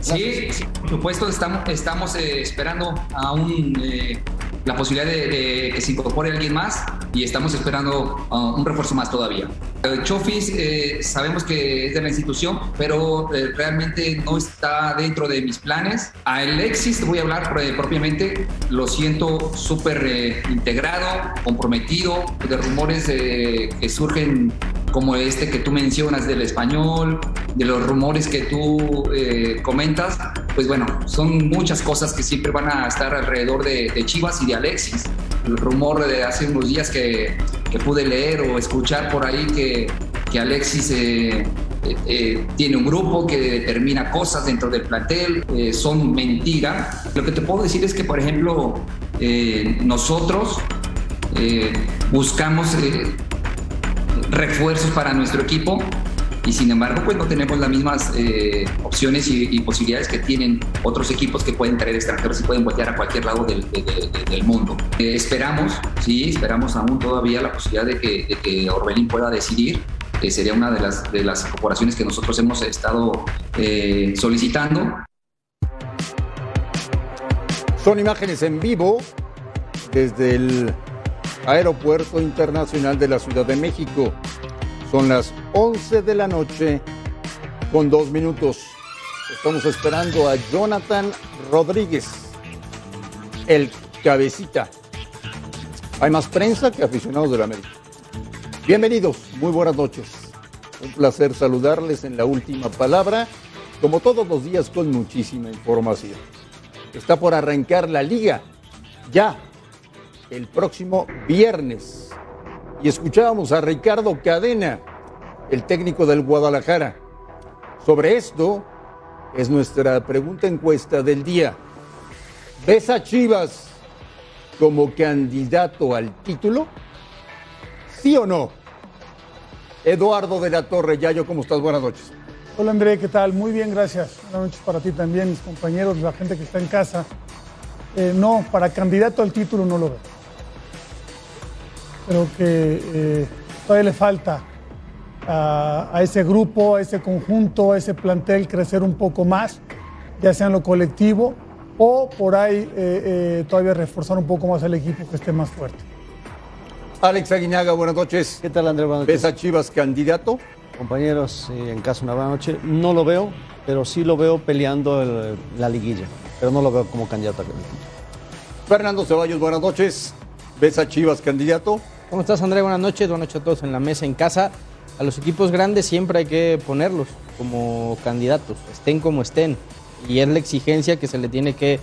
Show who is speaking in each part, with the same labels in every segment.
Speaker 1: Sí, sí, por supuesto, estamos, estamos eh, esperando aún eh, la posibilidad de, de que se incorpore alguien más y estamos esperando uh, un refuerzo más todavía. Eh, Chofis sabemos que es de la institución, pero eh, realmente no está dentro de mis planes. A Alexis te voy a hablar eh, propiamente, lo siento súper eh, integrado, comprometido, de rumores eh, que surgen como este que tú mencionas del español, de los rumores que tú eh, comentas, pues bueno, son muchas cosas que siempre van a estar alrededor de, de Chivas y de Alexis. El rumor de hace unos días que, que pude leer o escuchar por ahí que, que Alexis eh, eh, tiene un grupo que determina cosas dentro del plantel, eh, son mentiras. Lo que te puedo decir es que, por ejemplo, eh, nosotros eh, buscamos eh, refuerzos para nuestro equipo y sin embargo pues no tenemos las mismas eh, opciones y, y, posibilidades que tienen otros equipos que pueden traer extranjeros y pueden voltear a cualquier lado del, de, de, del mundo. Eh, esperamos, sí, esperamos aún todavía la posibilidad de que, de que Orbelín pueda decidir. Eh, sería una de las, de las corporaciones que nosotros hemos estado eh, solicitando.
Speaker 2: Son imágenes en vivo desde el Aeropuerto Internacional de la Ciudad de México. Son las 11 de la noche con dos minutos. Estamos esperando a Jonathan Rodríguez, el cabecita. Hay más prensa que aficionados del América. Bienvenidos, muy buenas noches. Un placer saludarles en la última palabra, como todos los días con muchísima información. Está por arrancar la liga. Ya, el próximo viernes. Y escuchábamos a Ricardo Cadena, el técnico del Guadalajara. Sobre esto es nuestra pregunta encuesta del día. ¿Ves a Chivas como candidato al título? ¿Sí o no? Eduardo de la Torre, Yayo, ¿cómo estás? Buenas noches.
Speaker 3: Hola André, ¿qué tal? Muy bien, gracias. Buenas noches para ti también, mis compañeros, la gente que está en casa. Eh, no, para candidato al título no lo veo creo que eh, todavía le falta a, a, ese grupo, a ese conjunto, a ese plantel crecer un poco más, ya sea en lo colectivo o por ahí eh, eh, todavía reforzar un poco más al equipo que esté más fuerte.
Speaker 2: Alex Aguinaga, buenas noches.
Speaker 4: ¿Qué tal, Andrés? Buenas noches.
Speaker 2: ¿Ves a Chivas candidato?
Speaker 4: Compañeros, eh, en casa una buena noche. No lo veo, pero sí lo veo peleando el, la liguilla. Pero no lo veo como candidato a liguilla.
Speaker 2: Fernando Ceballos, buenas noches. ¿Ves a Chivas candidato?
Speaker 5: ¿Cómo estás, André? Buenas noches, buenas noches a todos en la mesa, en casa. A los equipos grandes siempre hay que ponerlos como candidatos, estén como estén. Y es la exigencia que se le tiene que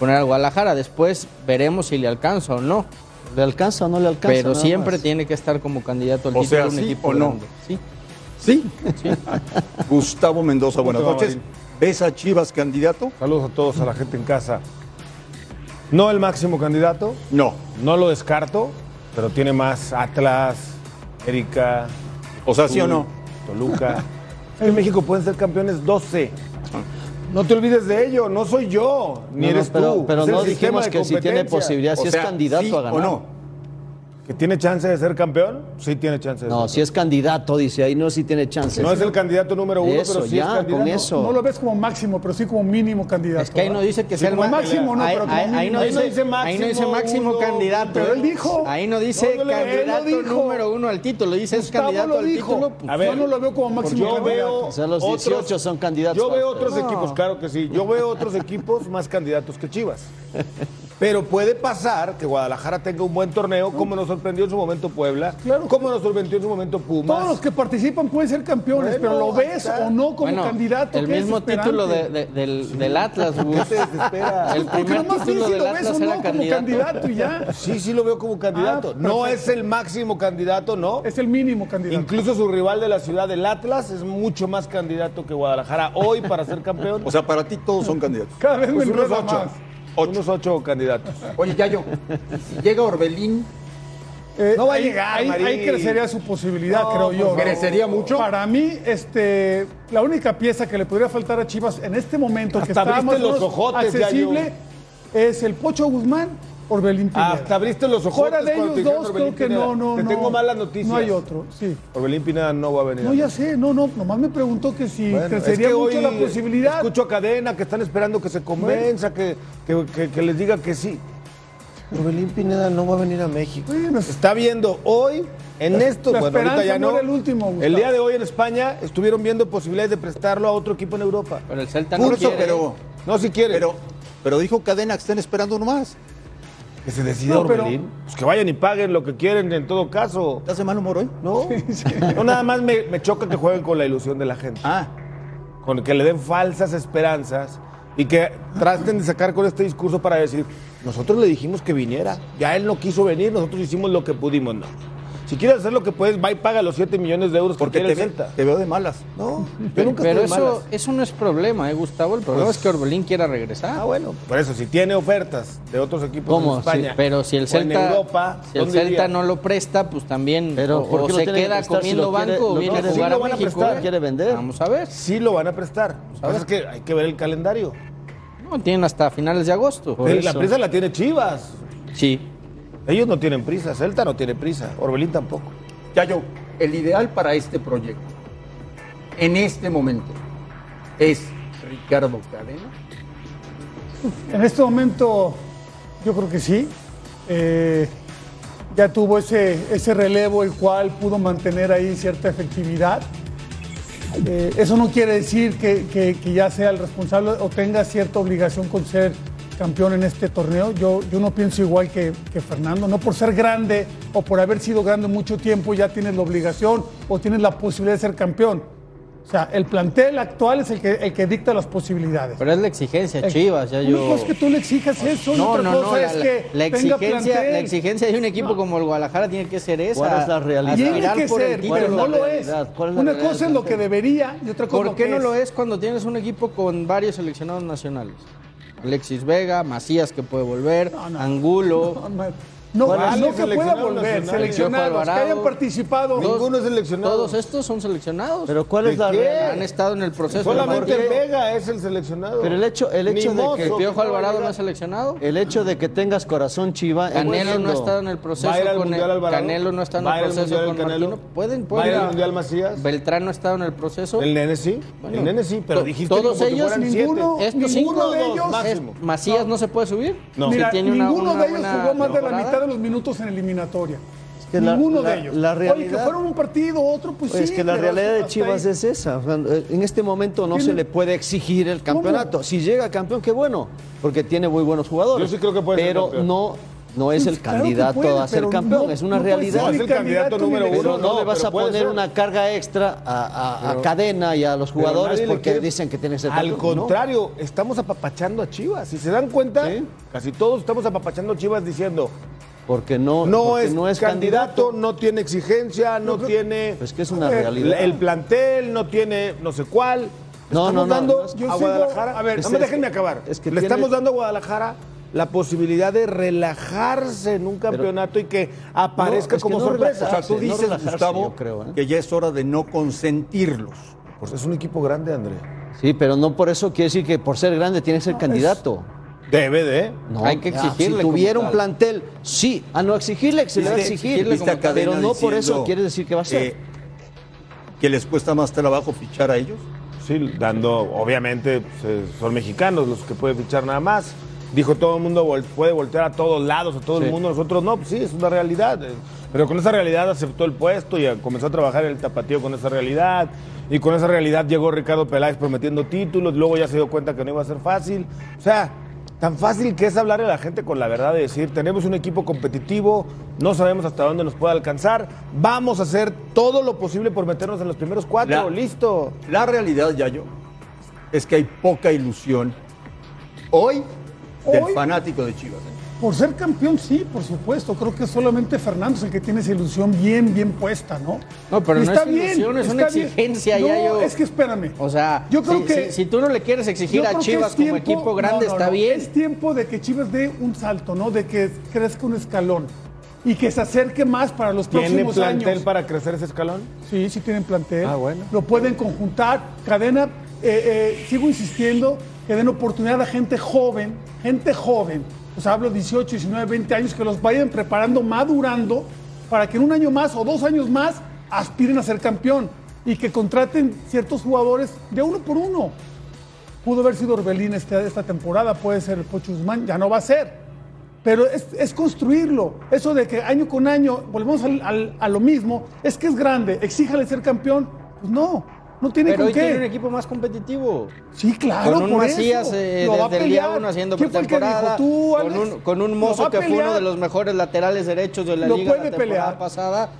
Speaker 5: poner a Guadalajara. Después veremos si le alcanza o no.
Speaker 4: ¿Le alcanza o no le alcanza?
Speaker 5: Pero siempre más. tiene que estar como candidato al
Speaker 2: o
Speaker 5: título
Speaker 2: sea,
Speaker 5: de un
Speaker 2: sí
Speaker 5: equipo
Speaker 2: o no.
Speaker 5: grande.
Speaker 2: Sí. ¿Sí? sí. Gustavo Mendoza, buenas noches.
Speaker 6: Marín?
Speaker 2: ¿Ves a Chivas candidato?
Speaker 6: Saludos a todos, pues, a la gente en casa. No el máximo candidato.
Speaker 2: No.
Speaker 6: No lo descarto, pero tiene más Atlas, Erika.
Speaker 2: O sea, ¿sí o no?
Speaker 6: Toluca. en México pueden ser campeones 12. No te olvides de ello, no soy yo, ni
Speaker 4: No, no,
Speaker 6: eres
Speaker 4: pero,
Speaker 6: tú.
Speaker 4: pero
Speaker 6: Es el
Speaker 4: no
Speaker 6: sistema
Speaker 4: dijimos
Speaker 6: de
Speaker 4: que si tiene
Speaker 6: competencia.
Speaker 4: posibilidad, si
Speaker 2: O
Speaker 4: es
Speaker 2: sea,
Speaker 4: candidato
Speaker 2: ¿sí
Speaker 4: a ganar.
Speaker 2: o no?
Speaker 6: ¿Que tiene chance de ser campeón? Sí tiene chance de
Speaker 4: No,
Speaker 6: ser
Speaker 4: si es candidato, dice ahí, no si tiene chance.
Speaker 6: campeón. No es el candidato número uno,
Speaker 4: Eso,
Speaker 6: pero sí
Speaker 4: ya,
Speaker 6: es candidato.
Speaker 4: con eso.
Speaker 3: No lo ves como máximo, pero sí como mínimo candidato.
Speaker 5: Es que ahí no dice que sea el
Speaker 3: como máximo, no,
Speaker 5: ahí,
Speaker 3: pero como
Speaker 5: ahí- ahí
Speaker 3: mínimo.
Speaker 5: no
Speaker 6: Ahí
Speaker 5: dice,
Speaker 6: no dice
Speaker 5: ahí no dice
Speaker 6: máximo
Speaker 5: máximo
Speaker 6: uno,
Speaker 5: candidato. ¿eh?
Speaker 3: pero él dijo.
Speaker 5: Ahí no dice
Speaker 6: No, no le- él lo
Speaker 5: candidato
Speaker 6: dijo.
Speaker 5: número uno al título. Dice es
Speaker 3: Gustavo
Speaker 5: candidato
Speaker 3: lo
Speaker 5: al
Speaker 3: dijo.
Speaker 5: título. pues,
Speaker 6: A ver,
Speaker 3: yo no lo veo como máximo
Speaker 6: yo
Speaker 3: candidato.
Speaker 6: veo
Speaker 4: O sea, los 18 son candidatos.
Speaker 6: Yo veo
Speaker 4: Pero-
Speaker 6: otros equipos, claro que sí. Yo veo otros equipos más candidatos que Chivas. Pero puede pasar que Guadalajara tenga un buen torneo, como nos sorprendió en su momento Puebla, como nos sorprendió en su momento Pumas.
Speaker 3: Todos los que participan pueden ser campeones,
Speaker 6: Bueno,
Speaker 3: pero lo
Speaker 6: ahí
Speaker 3: ves
Speaker 6: está.
Speaker 3: o no como
Speaker 5: Bueno,
Speaker 3: candidato.
Speaker 5: el
Speaker 3: qué
Speaker 5: mismo
Speaker 3: desesperante.
Speaker 5: título de- de- del, del Atlas, Gus.
Speaker 6: te desesperas?
Speaker 5: El
Speaker 3: Porque
Speaker 5: primer
Speaker 3: nomás sí,
Speaker 5: título
Speaker 3: si
Speaker 5: del
Speaker 3: lo ves
Speaker 5: Atlas
Speaker 3: o
Speaker 5: era
Speaker 3: no como
Speaker 5: candidato.
Speaker 3: candidato y ya.
Speaker 6: Sí, sí lo veo como candidato.
Speaker 3: Ah,
Speaker 6: no
Speaker 3: perfecto.
Speaker 6: es el máximo candidato, ¿no?
Speaker 3: Es el mínimo candidato.
Speaker 6: Incluso su rival de la ciudad, el Atlas, es mucho más candidato que Guadalajara hoy para ser campeón.
Speaker 7: O sea, para ti todos son candidatos.
Speaker 3: Cada vez
Speaker 6: Pues
Speaker 3: me
Speaker 6: unos
Speaker 3: enreda
Speaker 6: ocho.
Speaker 3: más.
Speaker 6: Unos ocho candidatos.
Speaker 2: Oye, Yayo, si llega Orbelín,
Speaker 3: Eh,
Speaker 6: No va a
Speaker 3: ahí-
Speaker 6: llegar,
Speaker 3: Ahí,
Speaker 6: Marín. pues
Speaker 3: ahí crecería su posibilidad, creo yo. ¿no?
Speaker 2: ¿Crecería mucho?
Speaker 3: Para mí, este, la única pieza que le podría faltar a Chivas en este momento que está
Speaker 6: Hasta abriste
Speaker 3: más o
Speaker 6: los
Speaker 3: menos
Speaker 6: ojotes, Yayo.
Speaker 3: accesible es el Pocho Guzmán por Belín Pineda.
Speaker 6: Hasta abriste los ojos.
Speaker 3: Fuera de ellos dos, creo que no, no,
Speaker 6: Te
Speaker 3: no.
Speaker 6: tengo malas noticias.
Speaker 3: No hay otro, sí.
Speaker 6: Orbelín Pineda no va a venir.
Speaker 3: No, ya sé, no, no, nomás me preguntó que si
Speaker 6: Bueno, es
Speaker 3: crecería
Speaker 6: que
Speaker 3: mucho
Speaker 6: hoy
Speaker 3: la posibilidad.
Speaker 6: Escucho a Cadena que están esperando que se convenza, que, que- que- que les diga que sí. Orbelín Pineda no va a venir a México.
Speaker 3: Bueno, es-
Speaker 6: Está viendo hoy, en esto,
Speaker 3: la
Speaker 6: bueno, ahorita
Speaker 3: esperanza
Speaker 6: ya
Speaker 3: no
Speaker 6: no.
Speaker 3: era el último, Gustavo.
Speaker 6: El día de hoy en España estuvieron viendo posibilidades de prestarlo a otro equipo en Europa.
Speaker 5: Pero el Celta no
Speaker 7: Por eso,
Speaker 5: Pues quiere. ¿eh?
Speaker 7: pero,
Speaker 6: No, si quiere.
Speaker 7: pero, pero dijo Cadena que están esperando nomás.
Speaker 6: que se decida
Speaker 3: No, pero-
Speaker 6: Orbelín. Pues que vayan y paguen lo que quieren en todo caso.
Speaker 7: ¿Estás de mal humor hoy?
Speaker 6: No, no nada más me, me choca que jueguen con la ilusión de la gente.
Speaker 7: Ah,
Speaker 6: con que le den falsas esperanzas y que traten de sacar con este discurso para decir, nosotros le dijimos que viniera, ya él no quiso venir, nosotros hicimos lo que pudimos, no. Si quieres hacer lo que puedes, va y paga los 7 millones de euros
Speaker 7: porque
Speaker 6: que quiere
Speaker 7: te,
Speaker 6: el
Speaker 7: ve-
Speaker 6: Celta.
Speaker 7: te veo de malas.
Speaker 6: No, yo
Speaker 5: Pero,
Speaker 6: nunca
Speaker 5: pero
Speaker 6: estoy de
Speaker 5: eso,
Speaker 6: malas.
Speaker 5: eso no es problema, ¿eh, Gustavo? El problema es que Orbelín quiera regresar.
Speaker 6: Pues Ah, bueno, por eso, si tiene ofertas de otros equipos en
Speaker 5: ¿Cómo?
Speaker 6: España,
Speaker 5: Sí, pero si
Speaker 6: o
Speaker 5: el
Speaker 6: en
Speaker 5: Celta,
Speaker 6: Europa,
Speaker 5: si el
Speaker 6: ¿dónde
Speaker 5: Celta
Speaker 6: iría?
Speaker 5: no lo presta, pues también
Speaker 4: Pero,
Speaker 5: o,
Speaker 4: ¿por
Speaker 5: o
Speaker 4: qué lo
Speaker 5: se
Speaker 4: tiene que
Speaker 5: queda
Speaker 4: prestar si
Speaker 5: comiendo
Speaker 4: lo quiere-
Speaker 5: banco o
Speaker 4: lo
Speaker 5: viene
Speaker 4: quiere-
Speaker 5: a jugar
Speaker 6: sí
Speaker 5: a
Speaker 6: lo van a
Speaker 5: México.
Speaker 6: prestar,
Speaker 5: ¿eh?
Speaker 4: quiere vender.
Speaker 5: Vamos a ver.
Speaker 6: Sí lo van a prestar. ¿Sabes que Hay que ver el calendario.
Speaker 5: No, tienen hasta finales de agosto.
Speaker 6: la prisa la tiene Chivas.
Speaker 5: Sí.
Speaker 6: Ellos no tienen prisa, Celta no tiene prisa, Orbelín tampoco.
Speaker 2: Yayo, el ideal para este proyecto, en este momento, es Ricardo Cadena.
Speaker 3: En este momento, yo creo que sí. Eh, ya tuvo ese, ese relevo el cual pudo mantener ahí cierta efectividad. Eh, eso no quiere decir que, que- que ya sea el responsable o tenga cierta obligación con ser campeón en este torneo. Yo, yo no pienso igual que, que Fernando. No por ser grande o por haber sido grande mucho tiempo ya tienes la obligación o tienes la posibilidad de ser campeón. O sea, el plantel actual es el que, el que dicta las posibilidades.
Speaker 5: Pero es la exigencia, Chivas. Ya
Speaker 3: Una
Speaker 5: yo...
Speaker 4: pues,
Speaker 3: cosa es que tú le exijas eso,
Speaker 5: No,
Speaker 3: otra
Speaker 5: no, no.
Speaker 3: cosa
Speaker 5: La,
Speaker 3: es
Speaker 5: la-
Speaker 3: que
Speaker 5: la
Speaker 3: tenga
Speaker 5: exigencia,
Speaker 3: plantel.
Speaker 5: la exigencia de un equipo como el Guadalajara tiene que ser esa.
Speaker 4: ¿Cuál es la realidad?
Speaker 5: aspirar
Speaker 3: Tiene que
Speaker 5: por el
Speaker 3: ser,
Speaker 5: título.
Speaker 3: pero
Speaker 4: es
Speaker 3: no
Speaker 4: la
Speaker 3: lo es.
Speaker 4: realidad? ¿Cuál es la
Speaker 3: Pues, Una
Speaker 4: realidad
Speaker 3: cosa es lo
Speaker 4: del
Speaker 3: que debería y otra cosa
Speaker 5: ¿Por qué no lo
Speaker 3: es.
Speaker 5: es cuando tienes un equipo con varios seleccionados nacionales? Alexis Vega, Macías que puede volver,
Speaker 3: No, no.
Speaker 5: Angulo.
Speaker 3: No, no, no,
Speaker 6: Vale,
Speaker 3: no que pueda
Speaker 6: seleccionados
Speaker 3: volver,
Speaker 6: nacionales.
Speaker 5: Piojo
Speaker 3: seleccionados, que
Speaker 5: Alvarado.
Speaker 3: hayan participado.
Speaker 5: Todos-
Speaker 6: Ninguno es seleccionado.
Speaker 5: Todos estos son seleccionados.
Speaker 4: Pero ¿cuál es la
Speaker 6: ¿De qué?
Speaker 4: realidad?
Speaker 5: han estado en el proceso.
Speaker 6: Solamente
Speaker 5: de Martín.
Speaker 6: Vega es el seleccionado.
Speaker 4: Pero el hecho- el hecho de que-
Speaker 5: el
Speaker 6: que
Speaker 5: Piojo
Speaker 6: no
Speaker 5: Alvarado
Speaker 6: va
Speaker 5: no
Speaker 6: a
Speaker 5: es seleccionado.
Speaker 4: El hecho de que tengas corazón chiva.
Speaker 5: Canelo no ha
Speaker 4: entiendo.
Speaker 5: estado en el proceso
Speaker 6: ¿Va a ir al
Speaker 5: con
Speaker 6: Mundial
Speaker 5: el,
Speaker 6: Alvarado?
Speaker 5: Canelo no está en
Speaker 6: ¿Va a
Speaker 5: el
Speaker 6: ir al
Speaker 5: proceso
Speaker 6: Mundial
Speaker 5: con
Speaker 6: el Canelo?
Speaker 5: Martino.
Speaker 6: ¿Va a
Speaker 5: Pueden,
Speaker 6: ir
Speaker 5: pueden.
Speaker 6: al Mundial Macías?
Speaker 5: Beltrán no ha estado en el proceso.
Speaker 6: El nene sí.
Speaker 5: Bueno,
Speaker 6: el nene sí, pero
Speaker 5: to-
Speaker 6: dijiste
Speaker 5: todos
Speaker 6: como si
Speaker 5: ellos,
Speaker 6: fueran
Speaker 3: ninguno-
Speaker 6: siete.
Speaker 5: Estos
Speaker 3: ninguno
Speaker 5: cinco,
Speaker 3: de
Speaker 5: dos,
Speaker 3: ellos-
Speaker 6: máximo.
Speaker 5: es- Macías no. se puede subir.
Speaker 6: No.
Speaker 5: Si
Speaker 3: Mira,
Speaker 5: tiene una-
Speaker 3: ninguno
Speaker 5: una
Speaker 3: de ellos
Speaker 5: buena
Speaker 3: jugó más de la
Speaker 5: temporada.
Speaker 3: mitad de los minutos en eliminatoria.
Speaker 4: que la-
Speaker 3: ninguno
Speaker 4: la-
Speaker 3: de ellos.
Speaker 4: la
Speaker 3: Oye, que
Speaker 4: realidad-
Speaker 3: fueron un partido, otro, pues
Speaker 4: Oye,
Speaker 3: sí.
Speaker 4: es que la
Speaker 3: pero
Speaker 4: realidad de
Speaker 3: hasta
Speaker 4: Chivas
Speaker 3: ahí.
Speaker 4: es esa. O sea, en este momento no
Speaker 3: Tiene-
Speaker 4: se le puede exigir el campeonato. Si llega campeón, qué bueno, porque tiene muy buenos jugadores.
Speaker 6: Yo sí creo que puede ser
Speaker 4: Pero
Speaker 6: campeón.
Speaker 4: no, no es el
Speaker 3: Pues Claro que
Speaker 4: candidato
Speaker 3: puede,
Speaker 4: a ser
Speaker 3: pero
Speaker 4: campeón,
Speaker 3: no-
Speaker 4: es una
Speaker 3: no puede
Speaker 4: realidad.
Speaker 3: ser
Speaker 6: Es
Speaker 3: ni
Speaker 6: el candidato
Speaker 3: ni
Speaker 6: número
Speaker 3: elector.
Speaker 4: Pero
Speaker 6: uno,
Speaker 4: no, le vas
Speaker 6: pero
Speaker 4: a
Speaker 6: puede
Speaker 4: poner
Speaker 6: ser.
Speaker 4: una carga extra a, a- a cadena y a los
Speaker 6: Pero
Speaker 4: jugadores
Speaker 6: nadie le
Speaker 4: porque
Speaker 6: quiere-
Speaker 4: dicen que tienen que ser
Speaker 6: Al
Speaker 4: campeón. No.
Speaker 6: contrario, estamos apapachando a Chivas. Si se dan cuenta, casi todos estamos apapachando a Chivas diciendo
Speaker 4: Porque no,
Speaker 6: no
Speaker 4: porque
Speaker 6: es, candidato, no tiene exigencia, no tiene
Speaker 4: Pues que es una
Speaker 6: eh,
Speaker 4: realidad.
Speaker 6: el plantel, no tiene no sé cuál. Le
Speaker 4: No,
Speaker 6: estamos
Speaker 4: no, no,
Speaker 6: dando
Speaker 4: no es-
Speaker 6: a
Speaker 3: yo sigo-
Speaker 6: Guadalajara. A ver,
Speaker 4: Es-
Speaker 6: nada más
Speaker 4: es-
Speaker 6: déjenme acabar.
Speaker 4: es que
Speaker 6: Le
Speaker 4: tiene-
Speaker 6: estamos dando a Guadalajara la posibilidad de relajarse en un campeonato y que aparezca
Speaker 4: No, es que
Speaker 6: como
Speaker 4: no
Speaker 6: sorpresa.
Speaker 7: O sea, tú
Speaker 4: no
Speaker 7: dices,
Speaker 4: relajarse,
Speaker 7: Gustavo,
Speaker 4: yo creo, ¿eh?
Speaker 7: que ya es hora de no consentirlos.
Speaker 6: Pues es un equipo grande, André.
Speaker 4: Sí, pero no por eso quiere decir que por ser grande tiene que ser candidato.
Speaker 6: Debe de.
Speaker 4: No,
Speaker 5: Hay que
Speaker 4: ya,
Speaker 5: exigirle
Speaker 4: Si tuviera
Speaker 5: como
Speaker 4: un
Speaker 5: tal.
Speaker 4: plantel, sí. Ah, no, exigirle, que se le va a
Speaker 7: Viste-
Speaker 4: exigir.
Speaker 7: viste a Cadena
Speaker 4: pero no por
Speaker 7: diciendo,
Speaker 4: eso quiere decir que va a ser.
Speaker 7: eh, que les cuesta más trabajo fichar a ellos.
Speaker 6: Sí, dando, obviamente, pues, eh, son mexicanos los que puede fichar nada más. Dijo todo el mundo vol- puede voltear a todos lados, a todo el mundo, nosotros no, pues sí, es una realidad. eh. Pero con esa realidad aceptó el puesto y eh, comenzó a trabajar el tapatío con esa realidad. Y con esa realidad llegó Ricardo Peláez prometiendo títulos, luego ya se dio cuenta que no iba a ser fácil. O sea, tan fácil que es hablarle a la gente con la verdad y decir, tenemos un equipo competitivo, no sabemos hasta dónde nos puede alcanzar, vamos a hacer todo lo posible por meternos en los primeros
Speaker 7: La-
Speaker 6: cuatro, listo.
Speaker 7: La realidad, Yayo, es que hay poca ilusión hoy del
Speaker 3: Hoy.
Speaker 7: fanático de Chivas.
Speaker 3: Por ser campeón, sí, por supuesto. Creo que solamente Fernando es el que tiene esa ilusión bien, bien puesta, ¿no?
Speaker 5: No, pero
Speaker 3: Y
Speaker 5: no es ilusión, es una
Speaker 3: está bien.
Speaker 5: exigencia,
Speaker 3: No,
Speaker 5: Yayo.
Speaker 3: Es que espérame.
Speaker 5: O sea,
Speaker 3: Yo creo
Speaker 5: si,
Speaker 3: que-
Speaker 5: si- si tú no le quieres
Speaker 3: Yo
Speaker 5: exigir a
Speaker 3: creo que
Speaker 5: Chivas
Speaker 3: es
Speaker 5: como
Speaker 3: tiempo-
Speaker 5: equipo grande,
Speaker 3: no, no,
Speaker 5: está
Speaker 3: no,
Speaker 5: bien.
Speaker 3: Es tiempo de que Chivas dé un salto, ¿no? De que crezca un escalón y que se acerque más para los
Speaker 6: ¿Tiene
Speaker 3: próximos
Speaker 6: plantel
Speaker 3: años.
Speaker 6: para crecer ese escalón?
Speaker 3: Sí, sí tienen plantel.
Speaker 6: Ah, bueno.
Speaker 3: Lo pueden conjuntar. Cadena, eh, eh, sigo insistiendo, que den oportunidad a gente joven, gente joven. O sea, hablo 18, 19, 20 años, que los vayan preparando, madurando, para que en un año más o dos años más aspiren a ser campeón y que contraten ciertos jugadores de uno por uno. Pudo haber sido Orbelín este- esta temporada, puede ser el Pocho Guzmán, ya no va a ser. Pero es, es construirlo. Eso de que año con año volvemos al- al- a lo mismo, es que es grande. Exíjale ser campeón. Pues no, no tiene
Speaker 5: Pero hoy
Speaker 3: con qué.
Speaker 5: tiene un equipo más competitivo.
Speaker 3: Sí, claro,
Speaker 5: con un
Speaker 3: por
Speaker 5: Macías
Speaker 3: eso.
Speaker 5: eh,
Speaker 3: Lo va a
Speaker 5: desde el día
Speaker 3: pelear.
Speaker 5: uno haciendo
Speaker 3: ¿Quién fue el que
Speaker 5: pretemporada.
Speaker 3: dijo tú,
Speaker 5: con,
Speaker 3: Alex?
Speaker 5: un, con un
Speaker 3: Lo
Speaker 5: mozo
Speaker 3: va a
Speaker 5: que fue uno
Speaker 3: pelear.
Speaker 5: de los mejores laterales derechos de la
Speaker 3: Lo
Speaker 5: liga
Speaker 3: puede
Speaker 5: la temporada
Speaker 3: pelear.
Speaker 5: pasada.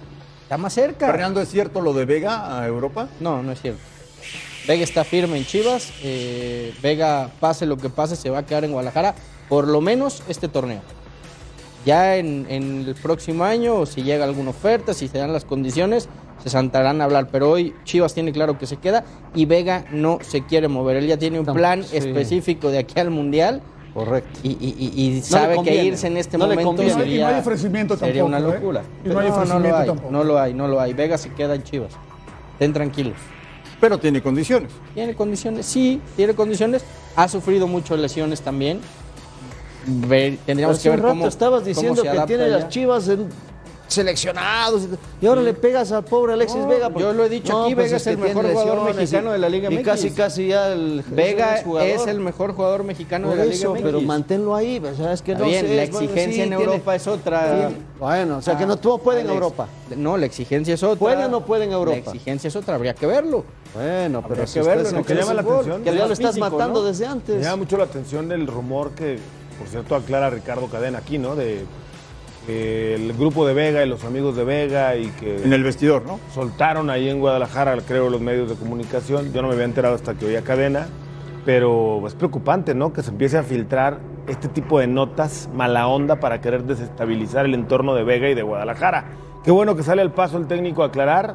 Speaker 5: Está más cerca.
Speaker 7: Fernando, ¿es cierto lo de Vega a Europa?
Speaker 5: No, no es cierto. Vega está firme en Chivas. eh, Vega, pase lo que pase, se va a quedar en Guadalajara. Por lo menos este torneo. Ya en, en el próximo año, o si llega alguna oferta, si se dan las condiciones, se sentarán a hablar. Pero hoy Chivas tiene claro que se queda y Vega no se quiere mover. Él ya tiene un
Speaker 4: Tam-
Speaker 5: plan
Speaker 4: sí.
Speaker 5: específico de aquí al Mundial
Speaker 4: Correcto.
Speaker 5: y, y- y- y sabe que
Speaker 4: conviene,
Speaker 5: irse en este
Speaker 4: no le
Speaker 5: momento
Speaker 4: conviene.
Speaker 3: Y no hay- y no hay
Speaker 5: sería-
Speaker 3: ofrecimiento
Speaker 5: sería una
Speaker 3: tampoco, ¿eh?
Speaker 5: locura.
Speaker 3: Y no hay
Speaker 5: lo
Speaker 3: ofrecimiento
Speaker 5: hay,
Speaker 3: tampoco.
Speaker 5: No lo hay, no lo hay. Vega se queda en Chivas. Estén tranquilos.
Speaker 7: Pero tiene condiciones.
Speaker 5: Tiene condiciones, sí, tiene condiciones. Ha sufrido mucho lesiones también. Ver- tendríamos
Speaker 4: Hace
Speaker 5: que ver
Speaker 4: un rato
Speaker 5: cómo.
Speaker 4: estabas
Speaker 5: cómo
Speaker 4: diciendo
Speaker 5: se
Speaker 4: que
Speaker 5: adapta
Speaker 4: tiene
Speaker 5: ya.
Speaker 4: las chivas en- seleccionados y ahora le pegas al pobre Alexis
Speaker 5: No,
Speaker 4: Vega. pues
Speaker 5: yo lo he dicho aquí, Vega es el
Speaker 4: que tiene
Speaker 5: mejor jugador
Speaker 4: lesiones
Speaker 5: mexicano de la Liga
Speaker 4: Y
Speaker 5: MX.
Speaker 4: casi, casi ya el
Speaker 5: Vega
Speaker 4: jugador.
Speaker 5: es el mejor jugador mexicano
Speaker 4: Por
Speaker 5: de la
Speaker 4: eso,
Speaker 5: Liga
Speaker 4: pero
Speaker 5: MX.
Speaker 4: manténlo ahí. O sea, es que
Speaker 5: Está
Speaker 4: no
Speaker 5: bien,
Speaker 4: sé,
Speaker 5: la
Speaker 4: es bueno,
Speaker 5: exigencia
Speaker 4: sí,
Speaker 5: en
Speaker 4: tiene-
Speaker 5: Europa es otra.
Speaker 4: tiene- Bueno, o sea, que no todos
Speaker 5: todo
Speaker 4: pueden en Europa.
Speaker 5: No, la exigencia es otra.
Speaker 4: ¿Pueden o no pueden
Speaker 5: La
Speaker 4: Europa?
Speaker 5: exigencia es otra, habría que verlo.
Speaker 4: Bueno, pero
Speaker 5: Habría
Speaker 4: si
Speaker 5: que
Speaker 4: está
Speaker 5: verlo,
Speaker 4: ese
Speaker 5: lo que
Speaker 4: no
Speaker 6: llama la
Speaker 4: fútbol,
Speaker 6: atención
Speaker 4: que
Speaker 5: es
Speaker 4: ya
Speaker 5: más
Speaker 4: lo estás
Speaker 5: físico,
Speaker 4: matando
Speaker 5: ¿no?
Speaker 4: desde antes.
Speaker 6: Me llama mucho la atención el rumor que, por cierto, aclara Ricardo Cadena aquí, ¿no? De eh, el grupo de Vega y los amigos de Vega y que
Speaker 7: En el vestidor, ¿no?
Speaker 6: soltaron ahí en Guadalajara, creo, los medios de comunicación. Yo no me había enterado hasta que oía cadena, pero es preocupante, ¿no? Que se empiece a filtrar este tipo de notas mala onda para querer desestabilizar el entorno de Vega y de Guadalajara. Qué bueno que sale al paso el técnico a aclarar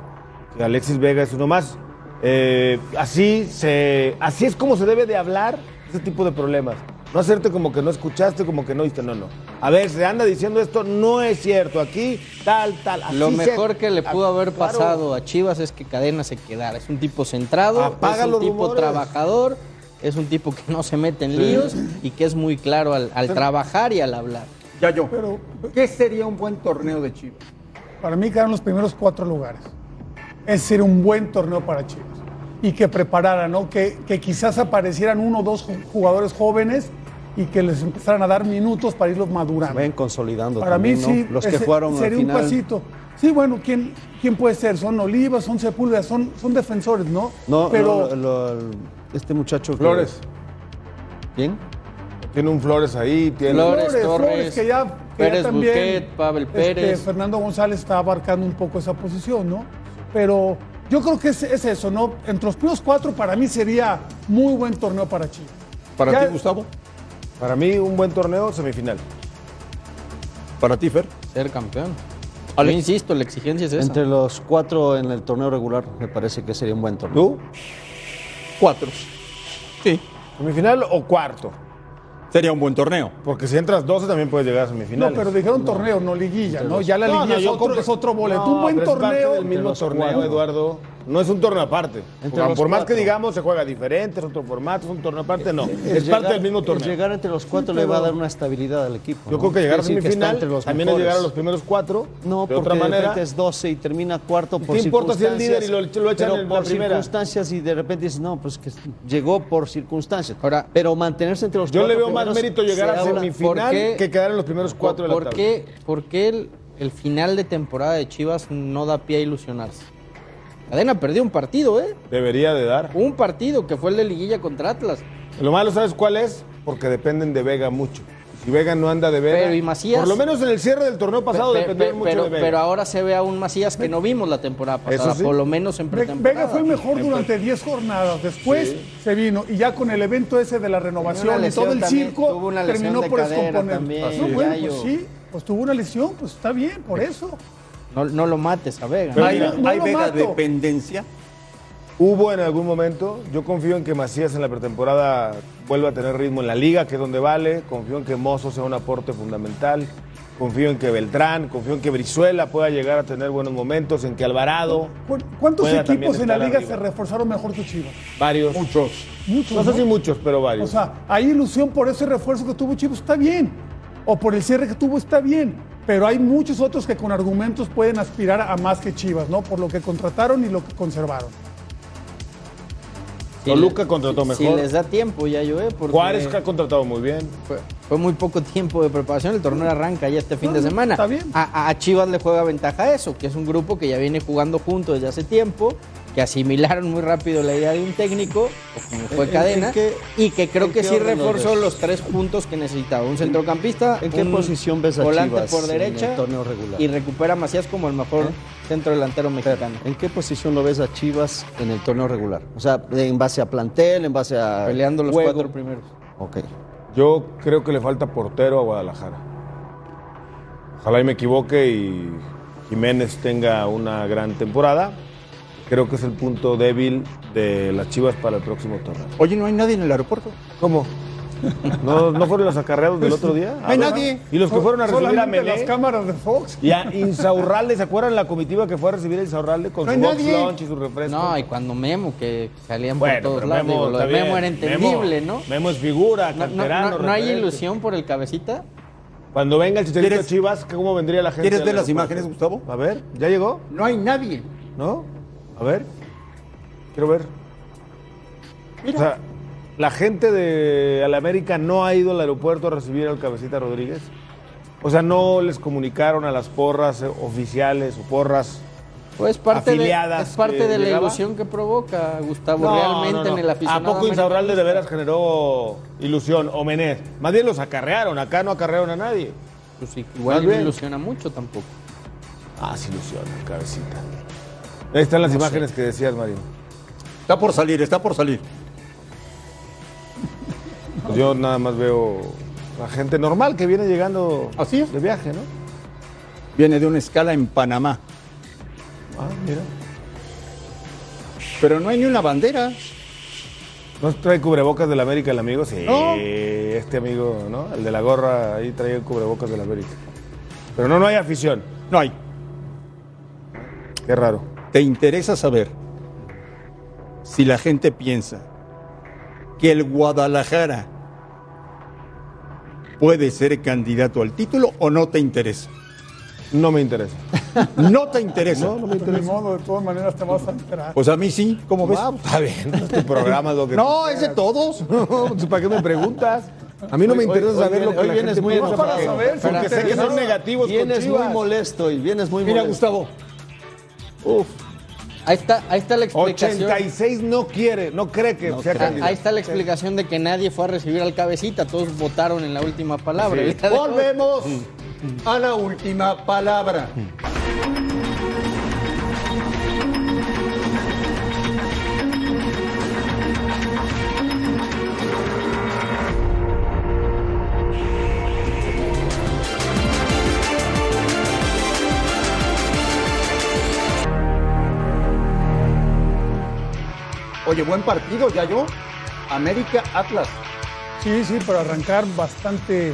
Speaker 6: que Alexis Vega es uno más. Eh, así, se, así es como se debe de hablar este tipo de problemas. No hacerte como que no escuchaste, como que no oíste, no, no. A ver, se anda diciendo esto, no es cierto. Aquí, tal, tal. así
Speaker 5: Lo
Speaker 6: se-
Speaker 5: mejor que le pudo
Speaker 6: Ah,
Speaker 5: haber
Speaker 6: claro.
Speaker 5: pasado a Chivas es que Cadena se quedara. Es un tipo centrado,
Speaker 6: Apaga
Speaker 5: es un
Speaker 6: los
Speaker 5: tipo
Speaker 6: rumores.
Speaker 5: trabajador, es un tipo que no se mete en líos y que es muy claro al, al trabajar y al hablar.
Speaker 2: Yayo,
Speaker 3: Pero
Speaker 2: ¿qué sería un buen torneo de Chivas?
Speaker 3: para mí quedaron los primeros cuatro lugares. Ese sería un buen torneo para Chivas. Y que prepararan, ¿no? Que, que quizás aparecieran uno o dos ju- jugadores jóvenes y que les empezaran a dar minutos para irlos madurando.
Speaker 4: Ven consolidando
Speaker 3: Para mí
Speaker 4: también, ¿no?
Speaker 3: sí.
Speaker 4: Los que
Speaker 3: ese
Speaker 4: jugaron al
Speaker 3: Sería un
Speaker 4: final.
Speaker 3: pasito. Sí, bueno, ¿quién, ¿quién puede ser? Son Olivas, son Sepúlveda, son, son defensores, ¿no?
Speaker 4: No,
Speaker 3: pero
Speaker 4: no, lo- lo- este muchacho. que-
Speaker 6: Flores.
Speaker 4: ¿Quién?
Speaker 6: Tiene un Flores ahí, tiene.
Speaker 5: Flores, Torres,
Speaker 3: que ya, que ya
Speaker 5: Pérez
Speaker 3: también,
Speaker 5: Buquet, Pavel
Speaker 3: este,
Speaker 5: Pérez.
Speaker 3: Fernando González está abarcando un poco esa posición, ¿no? Pero yo creo que es, es eso, ¿no? Entre los primeros cuatro para mí sería muy buen torneo para Chile.
Speaker 7: ¿Para
Speaker 3: Ya-
Speaker 7: ti, Gustavo?
Speaker 6: Para mí, un buen torneo, semifinal.
Speaker 7: ¿Para ti, Fer?
Speaker 5: Ser campeón. Yo insisto, la exigencia es esa.
Speaker 4: Entre los cuatro en el torneo regular, me parece que sería un buen torneo.
Speaker 6: ¿Tú?
Speaker 7: Cuatro.
Speaker 6: ¿Semifinal o cuarto?
Speaker 7: Sería un buen torneo.
Speaker 6: Porque si entras 12 también puedes llegar a
Speaker 3: No,
Speaker 6: semifinal.
Speaker 3: pero dijeron torneo, no liguilla, ¿no? Ya la liguilla es, otro, es otro boleto. un buen torneo.
Speaker 6: el mismo
Speaker 4: los
Speaker 6: torneo,
Speaker 4: cuatro.
Speaker 6: Eduardo. No es un torneo aparte.
Speaker 4: Entre
Speaker 6: Por
Speaker 4: los
Speaker 6: por más
Speaker 4: cuatro.
Speaker 6: que digamos, se juega diferente, es otro formato, es un torneo aparte, no. Es,
Speaker 4: El
Speaker 6: parte
Speaker 4: llegar-
Speaker 6: del mismo
Speaker 4: el
Speaker 6: torneo.
Speaker 4: llegar entre los cuatro le va a dar una estabilidad al equipo.
Speaker 6: Yo
Speaker 4: ¿no?
Speaker 6: creo que llegar a
Speaker 4: Quiere decir que está
Speaker 6: semifinal
Speaker 4: entre los
Speaker 6: también es
Speaker 4: mejores.
Speaker 6: llegar a los primeros cuatro.
Speaker 4: No,
Speaker 6: de
Speaker 4: porque
Speaker 6: otra
Speaker 4: de
Speaker 6: manera.
Speaker 4: repente es 12 y termina cuarto por
Speaker 6: ¿Qué importa si es
Speaker 4: circunstancias.
Speaker 6: líder y lo- lo echan
Speaker 4: pero
Speaker 6: en la
Speaker 4: por
Speaker 6: primera?
Speaker 4: circunstancias y de repente dices, no, pues que llegó por circunstancias.
Speaker 5: Ahora-
Speaker 4: pero mantenerse entre los
Speaker 6: Yo
Speaker 4: cuatro
Speaker 6: le veo más
Speaker 4: primeros
Speaker 6: mérito llegar
Speaker 4: se
Speaker 6: a
Speaker 4: habla-
Speaker 6: semifinal
Speaker 5: ¿Por qué?
Speaker 6: que quedar en los primeros cuatro de la
Speaker 5: ¿Por
Speaker 6: tarde.
Speaker 5: qué, por qué el, el final de temporada de Chivas no da pie a ilusionarse? Cadena perdió un partido, ¿eh?
Speaker 6: Debería de dar.
Speaker 5: Un partido que fue el de liguilla contra Atlas.
Speaker 6: Lo malo, ¿sabes cuál es? porque dependen de Vega mucho. Si Vega no anda de Vega,
Speaker 5: Pero, ¿y Macías?
Speaker 6: por lo menos en el cierre del torneo pasado
Speaker 5: Pe- pe-
Speaker 6: dependía
Speaker 5: pe-
Speaker 6: mucho
Speaker 5: pero,
Speaker 6: de Vega.
Speaker 5: pero ahora se ve a un Macías que no vimos la temporada pasada,
Speaker 6: Eso sí.
Speaker 5: por lo menos en
Speaker 3: Ve-
Speaker 5: pretemporada.
Speaker 3: Vega fue mejor durante 10 jornadas, después se vino y ya con el evento ese de la renovación y
Speaker 5: lesión
Speaker 3: todo el
Speaker 5: también,
Speaker 3: circo
Speaker 5: tuvo una lesión
Speaker 3: terminó
Speaker 5: de
Speaker 3: por
Speaker 5: cadera
Speaker 3: descomponer.
Speaker 5: también,
Speaker 3: No, bueno,
Speaker 5: Gallo.
Speaker 3: pues sí, pues tuvo una lesión, pues está bien, por eso.
Speaker 5: No, no lo mates a Vega.
Speaker 6: Pero
Speaker 3: Ay,
Speaker 6: mira,
Speaker 3: no, no
Speaker 7: ¿Hay
Speaker 3: lo
Speaker 7: Vega
Speaker 3: mato.
Speaker 7: dependencia?
Speaker 6: Hubo en algún momento, yo confío en que Macías en la pretemporada vuelva a tener ritmo en la liga, que es donde vale, confío en que Mozo sea un aporte fundamental, confío en que Beltrán, confío en que Brizuela pueda llegar a tener buenos momentos, en que Alvarado,
Speaker 3: ¿Cu- ¿Cuántos
Speaker 6: Pueda también
Speaker 3: equipos en la
Speaker 6: estar
Speaker 3: liga
Speaker 6: arriba.
Speaker 3: se reforzaron mejor que Chivas?
Speaker 6: varios,
Speaker 7: Muchos.
Speaker 3: Muchos.
Speaker 6: no sé
Speaker 3: ¿no?
Speaker 6: si muchos, pero
Speaker 3: O
Speaker 6: varios.
Speaker 3: sea, hay ilusión por ese refuerzo que tuvo Chivas, está bien. O por el cierre que tuvo, está bien. Pero hay muchos otros que con argumentos pueden aspirar a más que Chivas, ¿no? Por lo que contrataron y lo que conservaron.
Speaker 6: Toluca contrató
Speaker 5: si- Si
Speaker 6: mejor.
Speaker 5: les da tiempo, ya yo, eh, porque
Speaker 6: Juárez que ha contratado muy bien.
Speaker 5: fue, fue muy poco tiempo de preparación. El torneo arranca ya este fin
Speaker 3: No,
Speaker 5: de
Speaker 3: no,
Speaker 5: semana.
Speaker 3: está bien.
Speaker 5: A, a- a Chivas le juega ventaja eso, que es un grupo que ya viene jugando juntos desde hace tiempo, que asimilaron muy rápido la idea de un técnico, o como fue
Speaker 4: ¿En- en-
Speaker 5: cadena,
Speaker 4: en qué-
Speaker 5: y que creo
Speaker 4: en
Speaker 5: que
Speaker 4: qué
Speaker 5: sí
Speaker 4: orden los
Speaker 5: reforzó
Speaker 4: ves?
Speaker 5: los tres puntos que necesitaba. Un centrocampista,
Speaker 4: ¿En qué
Speaker 5: un
Speaker 4: posición ves a
Speaker 5: volante
Speaker 4: Chivas
Speaker 5: por
Speaker 4: en el
Speaker 5: derecha
Speaker 4: torneo regular? ¿Eh?
Speaker 5: y recupera a Macías como el mejor centro delantero mexicano.
Speaker 4: ¿En qué posición lo ves a Chivas en el torneo regular? O sea, en base a plantel, en base a.
Speaker 5: Peleando los
Speaker 4: juego.
Speaker 5: cuatro primeros.
Speaker 4: Ok.
Speaker 6: Yo creo que le falta portero a Guadalajara. Ojalá y me equivoque y Jiménez tenga una gran temporada. Creo que es el punto débil de las Chivas para el próximo torneo.
Speaker 7: Oye, no hay nadie en el aeropuerto. Pues,
Speaker 6: ¿Cómo? ¿No, no fueron los acarreados del otro día? Ah,
Speaker 7: No hay nadie.
Speaker 6: ¿Y los que fueron a recibir a
Speaker 3: Solamente
Speaker 6: Melé?
Speaker 3: las cámaras de Fox.
Speaker 6: Y a Insaurralde, ¿se acuerdan la comitiva que fue a recibir a Insaurralde con
Speaker 7: No
Speaker 6: su
Speaker 7: hay
Speaker 6: box
Speaker 7: nadie.
Speaker 6: lunch y su refresco?
Speaker 5: No, y cuando Memo, que salían por
Speaker 6: bueno,
Speaker 5: todos
Speaker 6: pero
Speaker 5: lados,
Speaker 6: Memo,
Speaker 5: digo, lo de
Speaker 6: está bien.
Speaker 5: Memo era entendible,
Speaker 6: Memo-
Speaker 5: ¿no?
Speaker 6: Memo es figura,
Speaker 5: No, no,
Speaker 6: canterano,
Speaker 5: no, no hay
Speaker 6: referente.
Speaker 5: ilusión por el cabecita.
Speaker 6: Cuando venga el chicharito
Speaker 7: ¿Quieres-
Speaker 6: a Chivas, ¿cómo vendría la gente?
Speaker 7: ¿Quieres
Speaker 6: al
Speaker 7: ver las
Speaker 6: aeropuerto?
Speaker 7: imágenes, Gustavo?
Speaker 6: A ver, ¿ya llegó?
Speaker 2: No hay nadie.
Speaker 6: ¿No? A ver. Quiero ver. O sea, la gente de Alamérica no ha ido al aeropuerto a recibir al Cabecita Rodríguez. O sea, no les comunicaron a las porras eh, oficiales o porras.
Speaker 5: Pues parte de,
Speaker 6: Afiliadas
Speaker 5: es parte
Speaker 6: que
Speaker 5: de la
Speaker 6: llegaba.
Speaker 5: ilusión que provoca Gustavo
Speaker 6: No,
Speaker 5: realmente
Speaker 6: no, no.
Speaker 5: en el
Speaker 6: ¿A
Speaker 5: aficionado.
Speaker 6: poco Insaurralde de veras
Speaker 5: americanista.
Speaker 6: generó ilusión o Menés? Más bien los acarrearon, acá no acarrearon a nadie.
Speaker 5: Pues sí, igual
Speaker 6: Más
Speaker 5: no
Speaker 6: bien.
Speaker 5: ilusiona mucho tampoco.
Speaker 6: Ah, se ilusiona, el Cabecita. Ahí están las imágenes que decías, Marín.
Speaker 7: Está por salir, está por salir.
Speaker 6: Pues yo nada más veo la gente normal que viene llegando
Speaker 7: Así es.
Speaker 6: de viaje, ¿no?
Speaker 7: Viene de una escala en Panamá.
Speaker 6: Ah, mira.
Speaker 7: Pero no hay ni una bandera.
Speaker 6: ¿No trae cubrebocas del América el amigo? Sí,
Speaker 7: No.
Speaker 6: este amigo, ¿no? El de la gorra ahí trae el cubrebocas del América. Pero no, no hay afición.
Speaker 7: No hay.
Speaker 6: Qué raro.
Speaker 7: ¿Te interesa saber si la gente piensa que el Guadalajara puede ser candidato al título o no te interesa?
Speaker 6: No me interesa.
Speaker 7: No te interesa.
Speaker 3: De modo, de todas maneras te vas a enterar.
Speaker 7: Pues a mí sí, ¿cómo ves?
Speaker 6: Ah, pues, está bien, es tu programa es lo que
Speaker 7: no, es de todos.
Speaker 6: Entonces, ¿Para qué me preguntas? A mí no me interesa saber lo que la gente piensa,
Speaker 4: enojado.
Speaker 6: porque-
Speaker 4: Para
Speaker 6: porque sé que son negativos con
Speaker 4: Vienes muy
Speaker 6: Chivas.
Speaker 4: molesto y vienes muy
Speaker 7: Mira,
Speaker 4: molesto.
Speaker 7: Gustavo,
Speaker 4: Uf,
Speaker 5: Ahí está, ahí está la explicación.
Speaker 6: 86 no quiere, no cree que sea
Speaker 5: Ah,
Speaker 6: candidato.
Speaker 5: Ahí está la explicación de que nadie fue a recibir al cabecita, todos votaron en la última palabra. El día de hoy.
Speaker 2: Volvemos a la última palabra. Oye, buen partido, ya yo. América Atlas.
Speaker 3: Sí, sí, para arrancar bastante eh,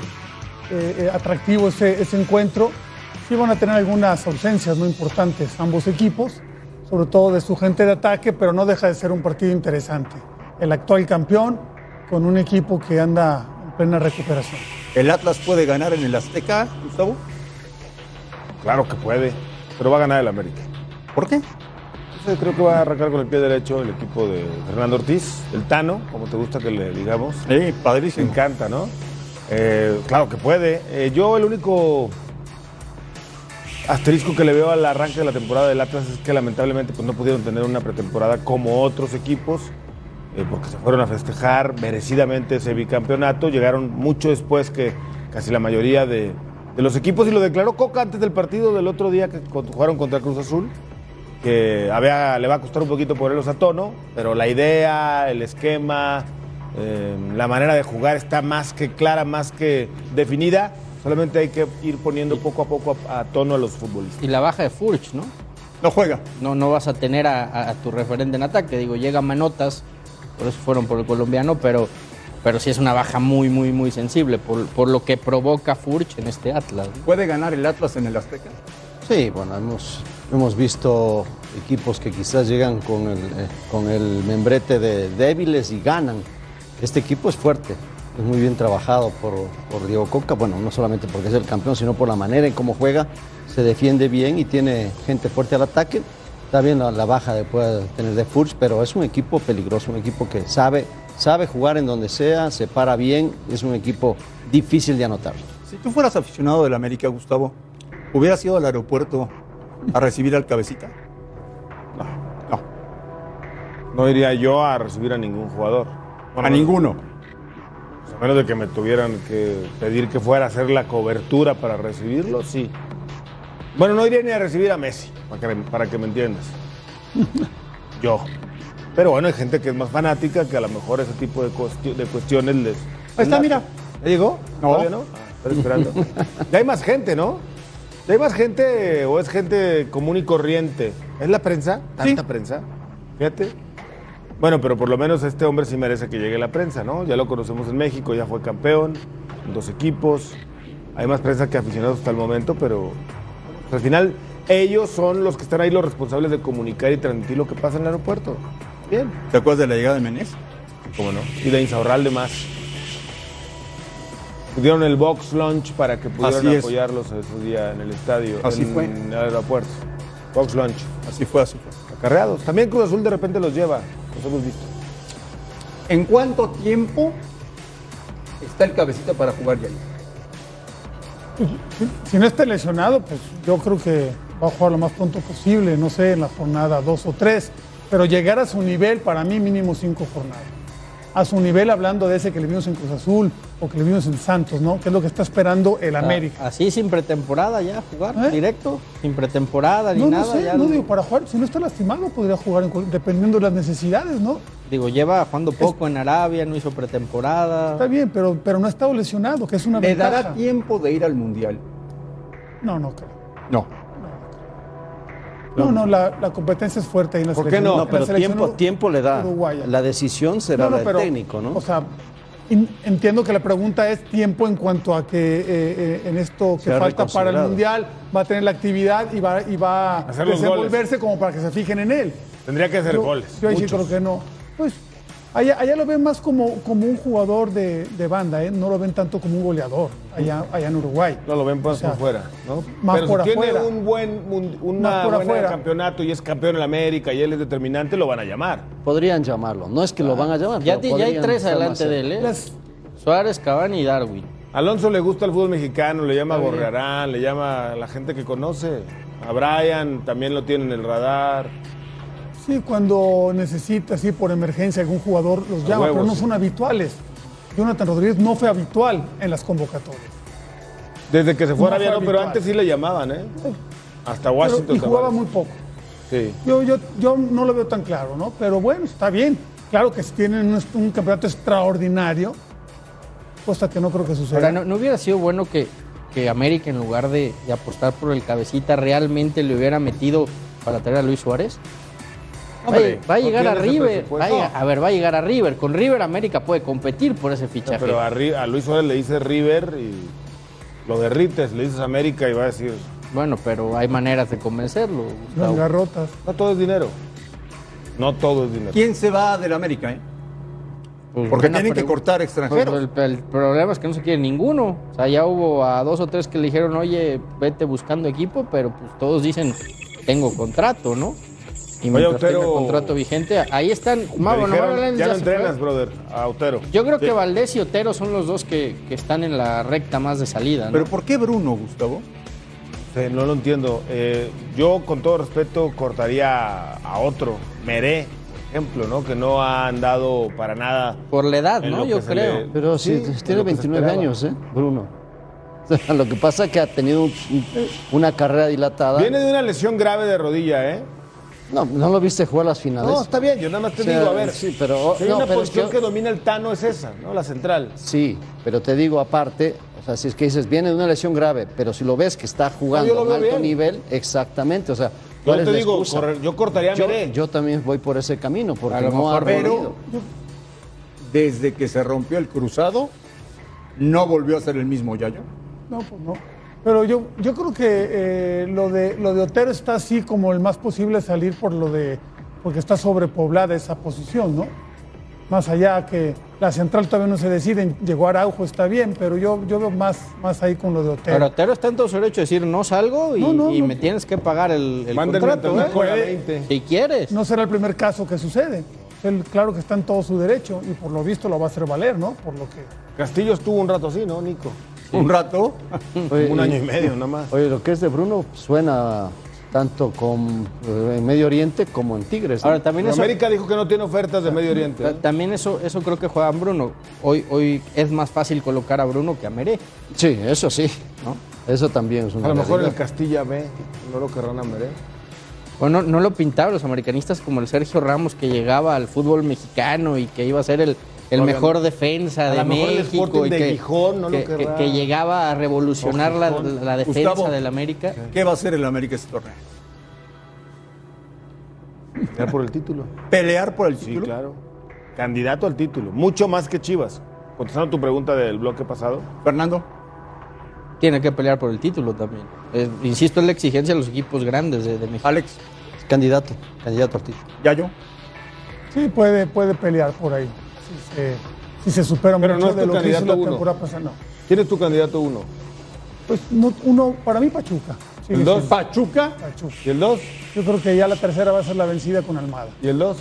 Speaker 3: eh, atractivo ese, ese encuentro. Sí van a tener algunas ausencias no importantes ambos equipos, sobre todo de su gente de ataque, pero no deja de ser un partido interesante. El actual campeón con un equipo que anda en plena recuperación.
Speaker 7: ¿el Atlas puede ganar en el Azteca, Gustavo?
Speaker 6: Claro que puede, pero va a ganar el América.
Speaker 7: ¿Por qué?
Speaker 6: Entonces, creo que va a arrancar con el pie derecho el equipo de Fernando Ortiz, el Tano, como te gusta que le digamos.
Speaker 7: Sí,
Speaker 6: Se
Speaker 7: padrísimo.
Speaker 6: encanta, ¿no? Eh, claro que puede. Eh, yo el único asterisco que le veo al arranque de la temporada del Atlas es que lamentablemente pues, no pudieron tener una pretemporada como otros equipos. eh, porque se fueron a festejar merecidamente ese bicampeonato. Llegaron mucho después que casi la mayoría de, de los equipos y lo declaró Coca antes del partido del otro día que con- jugaron contra Cruz Azul, que había- le va a costar un poquito ponerlos a tono, pero la idea, el esquema, eh, la manera de jugar está más que clara, más que definida. Solamente hay que ir poniendo poco a poco a, a tono a los futbolistas.
Speaker 5: Y la baja de Furch, ¿no?
Speaker 7: No juega.
Speaker 5: No, no vas a tener a, a- a tu referente en ataque. Digo, llega Manotas, por eso fueron por el colombiano, pero, pero sí es una baja muy, muy, muy sensible por, por lo que provoca Furch en este Atlas. ¿no?
Speaker 2: ¿Puede ganar el Atlas en el Azteca?
Speaker 4: Sí, bueno, hemos, hemos visto equipos que quizás llegan con el, eh, con el membrete de débiles y ganan. Este equipo es fuerte, es muy bien trabajado por, por Diego Coca, bueno, no solamente porque es el campeón, sino por la manera en cómo juega, se defiende bien y tiene gente fuerte al ataque. Está bien la, la baja que puede tener de Furch, pero es un equipo peligroso, un equipo que sabe, sabe jugar en donde sea, se para bien, es un equipo difícil de anotar.
Speaker 7: Si tú fueras aficionado del América, Gustavo, ¿hubieras ido al aeropuerto a recibir al cabecita? No, no,
Speaker 6: No iría yo a recibir a ningún jugador. pues,
Speaker 7: a ninguno.
Speaker 6: A menos de que me tuvieran que pedir que fuera a hacer la cobertura para recibirlo, sí. Bueno, no iría ni a recibir a Messi, para que, para que me entiendas. Yo. Pero bueno, hay gente que es más fanática que a lo mejor ese tipo de, cuestio- de cuestiones les.
Speaker 7: Ahí está, mira.
Speaker 6: ¿Ya llegó?
Speaker 7: No.
Speaker 6: ¿Todavía no? Ah, estoy esperando. ya hay más gente, ¿no? Ya hay más gente o es gente común y corriente. ¿Es la prensa? ¿Tanta prensa? Fíjate. Bueno, pero por lo menos este hombre sí merece que llegue la prensa, ¿no? Ya lo conocemos en México, ya fue campeón, dos equipos. Hay más prensa que aficionados hasta el momento, pero pues, al final ellos son los que están ahí los responsables de comunicar y transmitir lo que pasa en el aeropuerto. Bien.
Speaker 7: ¿Te acuerdas de la llegada de Menés?
Speaker 6: ¿Cómo no? Y de Insaurralde más. Dieron el box lunch para que pudieran
Speaker 7: Así es.
Speaker 6: apoyarlos ese día en el estadio,
Speaker 7: Así
Speaker 6: en
Speaker 7: fue.
Speaker 6: el aeropuerto. Box lunch,
Speaker 7: Así fue, así fue.
Speaker 6: acarreados. También Cruz Azul de repente los lleva, los hemos visto.
Speaker 2: ¿En cuánto tiempo está el cabecita para jugar ya?
Speaker 3: Si no está lesionado, pues yo creo que va a jugar lo más pronto posible, no sé, en la jornada dos o tres, pero llegar a su nivel, para mí mínimo cinco jornadas. A su nivel, hablando de ese que le vimos en Cruz Azul o que le vimos en Santos, ¿no? Que es lo que está esperando el América.
Speaker 5: Ah, Así sin pretemporada ya, jugar
Speaker 3: ¿Eh?
Speaker 5: directo, sin pretemporada ni
Speaker 3: No, no
Speaker 5: nada.
Speaker 3: sé,
Speaker 5: ya
Speaker 3: no digo, para jugar, si no está lastimado, podría jugar en cual- dependiendo de las necesidades, ¿no?
Speaker 5: digo, lleva jugando poco en Arabia, no hizo pretemporada.
Speaker 3: Está bien, pero, pero no ha estado lesionado, que es una
Speaker 2: ¿Le
Speaker 3: ventaja.
Speaker 2: dará tiempo de ir al Mundial?
Speaker 3: No, no creo.
Speaker 7: No.
Speaker 3: No, no, la, la competencia es fuerte ahí en la
Speaker 4: ¿Por qué
Speaker 3: selección-
Speaker 4: no?
Speaker 3: en
Speaker 4: No,
Speaker 3: la
Speaker 4: pero
Speaker 3: selección
Speaker 4: tiempo,
Speaker 3: urugu-
Speaker 4: tiempo le da.
Speaker 3: uruguaya.
Speaker 4: La decisión será
Speaker 3: No, no,
Speaker 4: del
Speaker 3: pero,
Speaker 4: técnico, ¿no?
Speaker 3: O sea, in- entiendo que la pregunta es tiempo en cuanto a que eh, eh, en esto que
Speaker 4: Se ha
Speaker 3: falta para el
Speaker 4: reconsiderado.
Speaker 3: Mundial va a tener la actividad y va, y va a
Speaker 6: Hacer los
Speaker 3: desenvolverse como para que se fijen en él.
Speaker 6: Tendría que hacer
Speaker 3: Yo-
Speaker 6: goles.
Speaker 3: Yo ahí sí
Speaker 6: muchos.
Speaker 3: creo que no. Pues allá, allá lo ven más como, como un jugador de, de banda, ¿eh? no lo ven tanto como un goleador allá, allá en Uruguay.
Speaker 6: No lo ven más
Speaker 3: O sea,
Speaker 6: por fuera, ¿no?
Speaker 3: más
Speaker 6: Pero
Speaker 3: por
Speaker 6: si tiene
Speaker 3: afuera.
Speaker 6: un buen mun-
Speaker 3: Más
Speaker 6: una
Speaker 3: por
Speaker 6: buena
Speaker 3: afuera.
Speaker 6: campeonato y es campeón en la América y él es determinante, lo van a llamar.
Speaker 4: podrían llamarlo. No es que lo van a llamar.
Speaker 5: ya,
Speaker 4: pero
Speaker 5: ti- ya hay
Speaker 4: podrían
Speaker 5: tres
Speaker 4: estar más
Speaker 5: adelante
Speaker 4: cerca.
Speaker 5: de él, ¿eh?
Speaker 3: Las-
Speaker 5: Suárez, Cavani y Darwin.
Speaker 6: Alonso le gusta el fútbol mexicano, le llama a
Speaker 5: Está bien.
Speaker 6: Gorrearán, le llama a la gente que conoce. A Brian también lo tiene en el radar.
Speaker 3: Sí, cuando necesita, sí, por emergencia algún jugador los
Speaker 6: A
Speaker 3: llama,
Speaker 6: huevo,
Speaker 3: pero no
Speaker 6: sí.
Speaker 3: son habituales. Jonathan Rodríguez no fue habitual en las convocatorias.
Speaker 6: Desde que se fue a
Speaker 3: No
Speaker 6: Arabia,
Speaker 3: fue
Speaker 6: no, pero
Speaker 3: habitual.
Speaker 6: antes sí le llamaban, ¿eh? Hasta
Speaker 3: Pero-
Speaker 6: Washington.
Speaker 3: y jugaba
Speaker 6: Tavares.
Speaker 3: muy poco.
Speaker 6: Sí.
Speaker 3: Yo, yo, yo no lo veo tan claro, ¿no? Pero bueno, está bien. Claro que si tienen un, un campeonato extraordinario, cosa que no creo que suceda.
Speaker 5: Ahora, ¿no, no hubiera sido bueno que, que América, en lugar de, de apostar por el cabecita, realmente le hubiera metido para traer a Luis Suárez? Va a-
Speaker 6: Hombre,
Speaker 5: va a
Speaker 6: no
Speaker 5: llegar a
Speaker 6: tiene ese
Speaker 5: River. Va a,
Speaker 6: presupuesto.
Speaker 5: llegar- a ver, va a llegar a River. Con River América puede competir por ese
Speaker 6: No,
Speaker 5: fichaje.
Speaker 6: pero a, Ri- a Luis Suárez le dices River y lo derrites, le dices América y va a decir,
Speaker 5: Bueno, pero hay maneras de convencerlo.
Speaker 3: Las
Speaker 5: Gustavo.
Speaker 3: garrotas.
Speaker 6: no todo es dinero. No todo es dinero.
Speaker 7: ¿Quién se va del América? eh?
Speaker 5: Pues,
Speaker 7: Porque
Speaker 5: buena
Speaker 7: tienen que
Speaker 5: pregu-
Speaker 7: cortar
Speaker 5: Pues,
Speaker 7: extranjeros.
Speaker 5: el, el problema es que no se quiere ninguno. O sea, ya hubo a dos o tres que le dijeron, oye, vete buscando equipo, pero pues todos dicen, tengo contrato, ¿no? Y mientras
Speaker 6: Otero.
Speaker 5: tenga contrato vigente, ahí están.
Speaker 6: Le
Speaker 5: Mau,
Speaker 6: dijeron,
Speaker 5: Navarro Hernández
Speaker 6: ya no
Speaker 5: se fue.
Speaker 6: entrenas, brother, a Otero.
Speaker 5: Yo creo
Speaker 6: Sí.
Speaker 5: que Valdés y Otero son los dos que, que están en la recta más de salida, ¿no?
Speaker 7: ¿Pero por qué Bruno, Gustavo?
Speaker 6: Sí, no lo entiendo. Eh, yo, con todo respeto, cortaría a otro. Meré. ejemplo, ¿no? Que no ha andado para nada.
Speaker 5: Por la edad,
Speaker 6: en
Speaker 5: ¿no?
Speaker 6: lo
Speaker 5: Yo
Speaker 6: que se
Speaker 5: creo.
Speaker 6: le-
Speaker 4: Pero sí,
Speaker 6: Sí, de
Speaker 4: tiene
Speaker 6: lo que se
Speaker 4: 29
Speaker 6: esperaba.
Speaker 4: años, ¿eh, Bruno? O sea, lo que pasa es que ha tenido un- un- una carrera dilatada.
Speaker 6: Viene de una lesión grave de rodilla, ¿eh?
Speaker 4: No, no lo viste jugar las finales.
Speaker 6: No, está bien, yo nada más te
Speaker 4: O sea,
Speaker 6: digo, a ver.
Speaker 4: sí, pero-
Speaker 6: si hay
Speaker 4: no,
Speaker 6: una
Speaker 4: pero es
Speaker 6: posición
Speaker 4: que-
Speaker 6: que... domina el Tano es esa, ¿no? La central.
Speaker 4: Sí, pero te digo aparte, o sea, si es que dices, viene de una lesión grave, pero si lo ves que está jugando
Speaker 6: lo
Speaker 4: a un
Speaker 6: veo
Speaker 4: alto
Speaker 6: bien.
Speaker 4: nivel, exactamente, o sea,
Speaker 6: Yo
Speaker 4: ¿cuál es
Speaker 6: te
Speaker 4: la
Speaker 6: digo,
Speaker 4: excusa?
Speaker 6: correr- yo cortaría a
Speaker 4: yo,
Speaker 6: Meré.
Speaker 4: yo también voy por ese camino, porque
Speaker 2: A lo
Speaker 4: no ha
Speaker 2: mejor, pero-
Speaker 4: podido.
Speaker 7: Desde que se rompió el cruzado, no volvió a ser el mismo Yayo.
Speaker 3: No, pues no. Pero yo, yo creo que eh, lo, de, lo de Otero está así como el más posible salir por lo de. porque está sobrepoblada esa posición, ¿no? Más allá que la central todavía no se decide, llegó Araujo, está bien, pero yo, yo veo más, más ahí con lo de Otero.
Speaker 5: Pero Otero está en todo su derecho de decir no salgo y,
Speaker 3: No, no,
Speaker 5: y
Speaker 3: no.
Speaker 5: me tienes que pagar el, el
Speaker 6: Mándenme
Speaker 5: contrato.
Speaker 6: a
Speaker 5: ¿eh?
Speaker 6: Toluca a la 20.
Speaker 5: Si quieres.
Speaker 3: no será el primer caso que sucede. Él, claro que está en todo su derecho y por lo visto lo va a hacer valer, ¿no? Por lo que.
Speaker 6: Castillo estuvo un rato así, ¿no, Nico?
Speaker 7: Un rato,
Speaker 4: Oye,
Speaker 6: un
Speaker 4: y-
Speaker 6: año y medio, nada más.
Speaker 4: Oye, lo que es de Bruno suena tanto con, eh, en Medio Oriente como en Tigres. ¿no?
Speaker 5: Ahora también
Speaker 6: Pero
Speaker 5: eso,
Speaker 6: América dijo que no tiene ofertas de Medio Oriente.
Speaker 5: ta-
Speaker 6: ¿eh?
Speaker 5: también eso, eso creo que juega Bruno. Hoy, hoy es más fácil colocar a Bruno que a Meré.
Speaker 4: Sí, eso sí. ¿no? Eso también es una
Speaker 6: A lo mejor en el
Speaker 4: realidad.
Speaker 6: Castilla B no lo querrán a Meré.
Speaker 5: O no, no lo pintaban los americanistas como el Sergio Ramos que llegaba al fútbol mexicano y que iba a ser el, el
Speaker 6: Oigan,
Speaker 5: mejor defensa
Speaker 6: a
Speaker 5: de
Speaker 6: lo mejor el
Speaker 5: México
Speaker 6: Sporting
Speaker 5: y
Speaker 6: de
Speaker 5: que,
Speaker 6: Gijón no lo
Speaker 5: que- que-
Speaker 6: querrá.
Speaker 5: que llegaba a revolucionar
Speaker 6: O
Speaker 5: la,
Speaker 6: Gijón.
Speaker 5: la defensa
Speaker 7: Gustavo.
Speaker 5: del América.
Speaker 7: ¿qué va a hacer el América este torneo?
Speaker 6: Ya por el título.
Speaker 7: ¿Pelear por el
Speaker 6: Sí,
Speaker 7: título?
Speaker 6: claro. Candidato al título. Mucho más que Chivas. Contestando tu pregunta del bloque pasado.
Speaker 7: Fernando,
Speaker 5: Tiene que pelear por el título también. Eh, insisto, es la exigencia de los equipos grandes de, de México.
Speaker 7: Alex,
Speaker 4: Candidato, candidato al título.
Speaker 7: Yayo.
Speaker 3: Sí, puede, puede pelear por ahí. Si se, si se supera
Speaker 6: Pero
Speaker 3: mucho
Speaker 6: no es
Speaker 3: de
Speaker 6: tu
Speaker 3: lo que hizo
Speaker 6: candidato
Speaker 3: la
Speaker 6: uno.
Speaker 3: temporada pasada, no.
Speaker 6: ¿Quién es tu candidato uno?
Speaker 3: Pues no, uno, para mí Pachuca. Sigue
Speaker 6: El dos.
Speaker 3: siendo
Speaker 6: Pachuca.
Speaker 3: Pachuca.
Speaker 6: ¿Y el dos?
Speaker 3: Yo creo que ya la tercera va a ser la vencida con Almada.
Speaker 6: ¿Y el dos?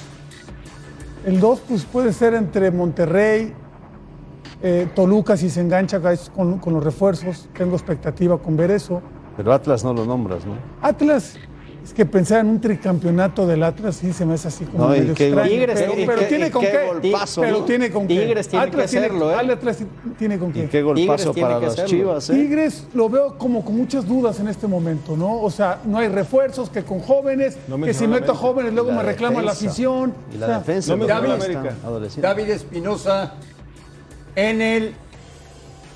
Speaker 3: El 2 pues, puede ser entre Monterrey, eh, Toluca, si se engancha guys, con, con los refuerzos. Tengo expectativa con ver eso.
Speaker 4: Pero Atlas no lo nombras, ¿no?
Speaker 3: Atlas, es que pensar en un tricampeonato del Atlas sí se me hace así como
Speaker 4: No, y
Speaker 3: medio
Speaker 4: qué
Speaker 3: extraño.
Speaker 5: Tigres,
Speaker 3: pero,
Speaker 5: y
Speaker 3: pero
Speaker 5: qué-
Speaker 3: tiene
Speaker 5: y
Speaker 3: con
Speaker 5: qué
Speaker 3: qué.
Speaker 4: golpazo,
Speaker 3: pero
Speaker 4: ¿no?
Speaker 3: tiene con qué.
Speaker 5: Tigres tiene que
Speaker 3: tiene-
Speaker 5: hacerlo, ¿eh?
Speaker 3: Atlas sí tiene con qué.
Speaker 4: Y qué golpazo
Speaker 5: Tigres tiene
Speaker 4: para
Speaker 5: que
Speaker 4: las
Speaker 5: hacerlo.
Speaker 4: Chivas, ¿eh?
Speaker 3: Tigres lo veo como con muchas dudas en este momento, ¿no? O sea, no hay refuerzos, que con jóvenes,
Speaker 6: No
Speaker 3: que si
Speaker 6: mencionó la
Speaker 3: meto a
Speaker 6: América.
Speaker 3: jóvenes luego
Speaker 4: La
Speaker 3: me reclama la
Speaker 4: defensa.
Speaker 3: afición.
Speaker 4: Y
Speaker 3: O sea,
Speaker 4: la defensa.
Speaker 6: no me
Speaker 4: los
Speaker 6: cabe la
Speaker 4: demás están
Speaker 6: América.
Speaker 4: adolescentes.
Speaker 2: David Espinosa en el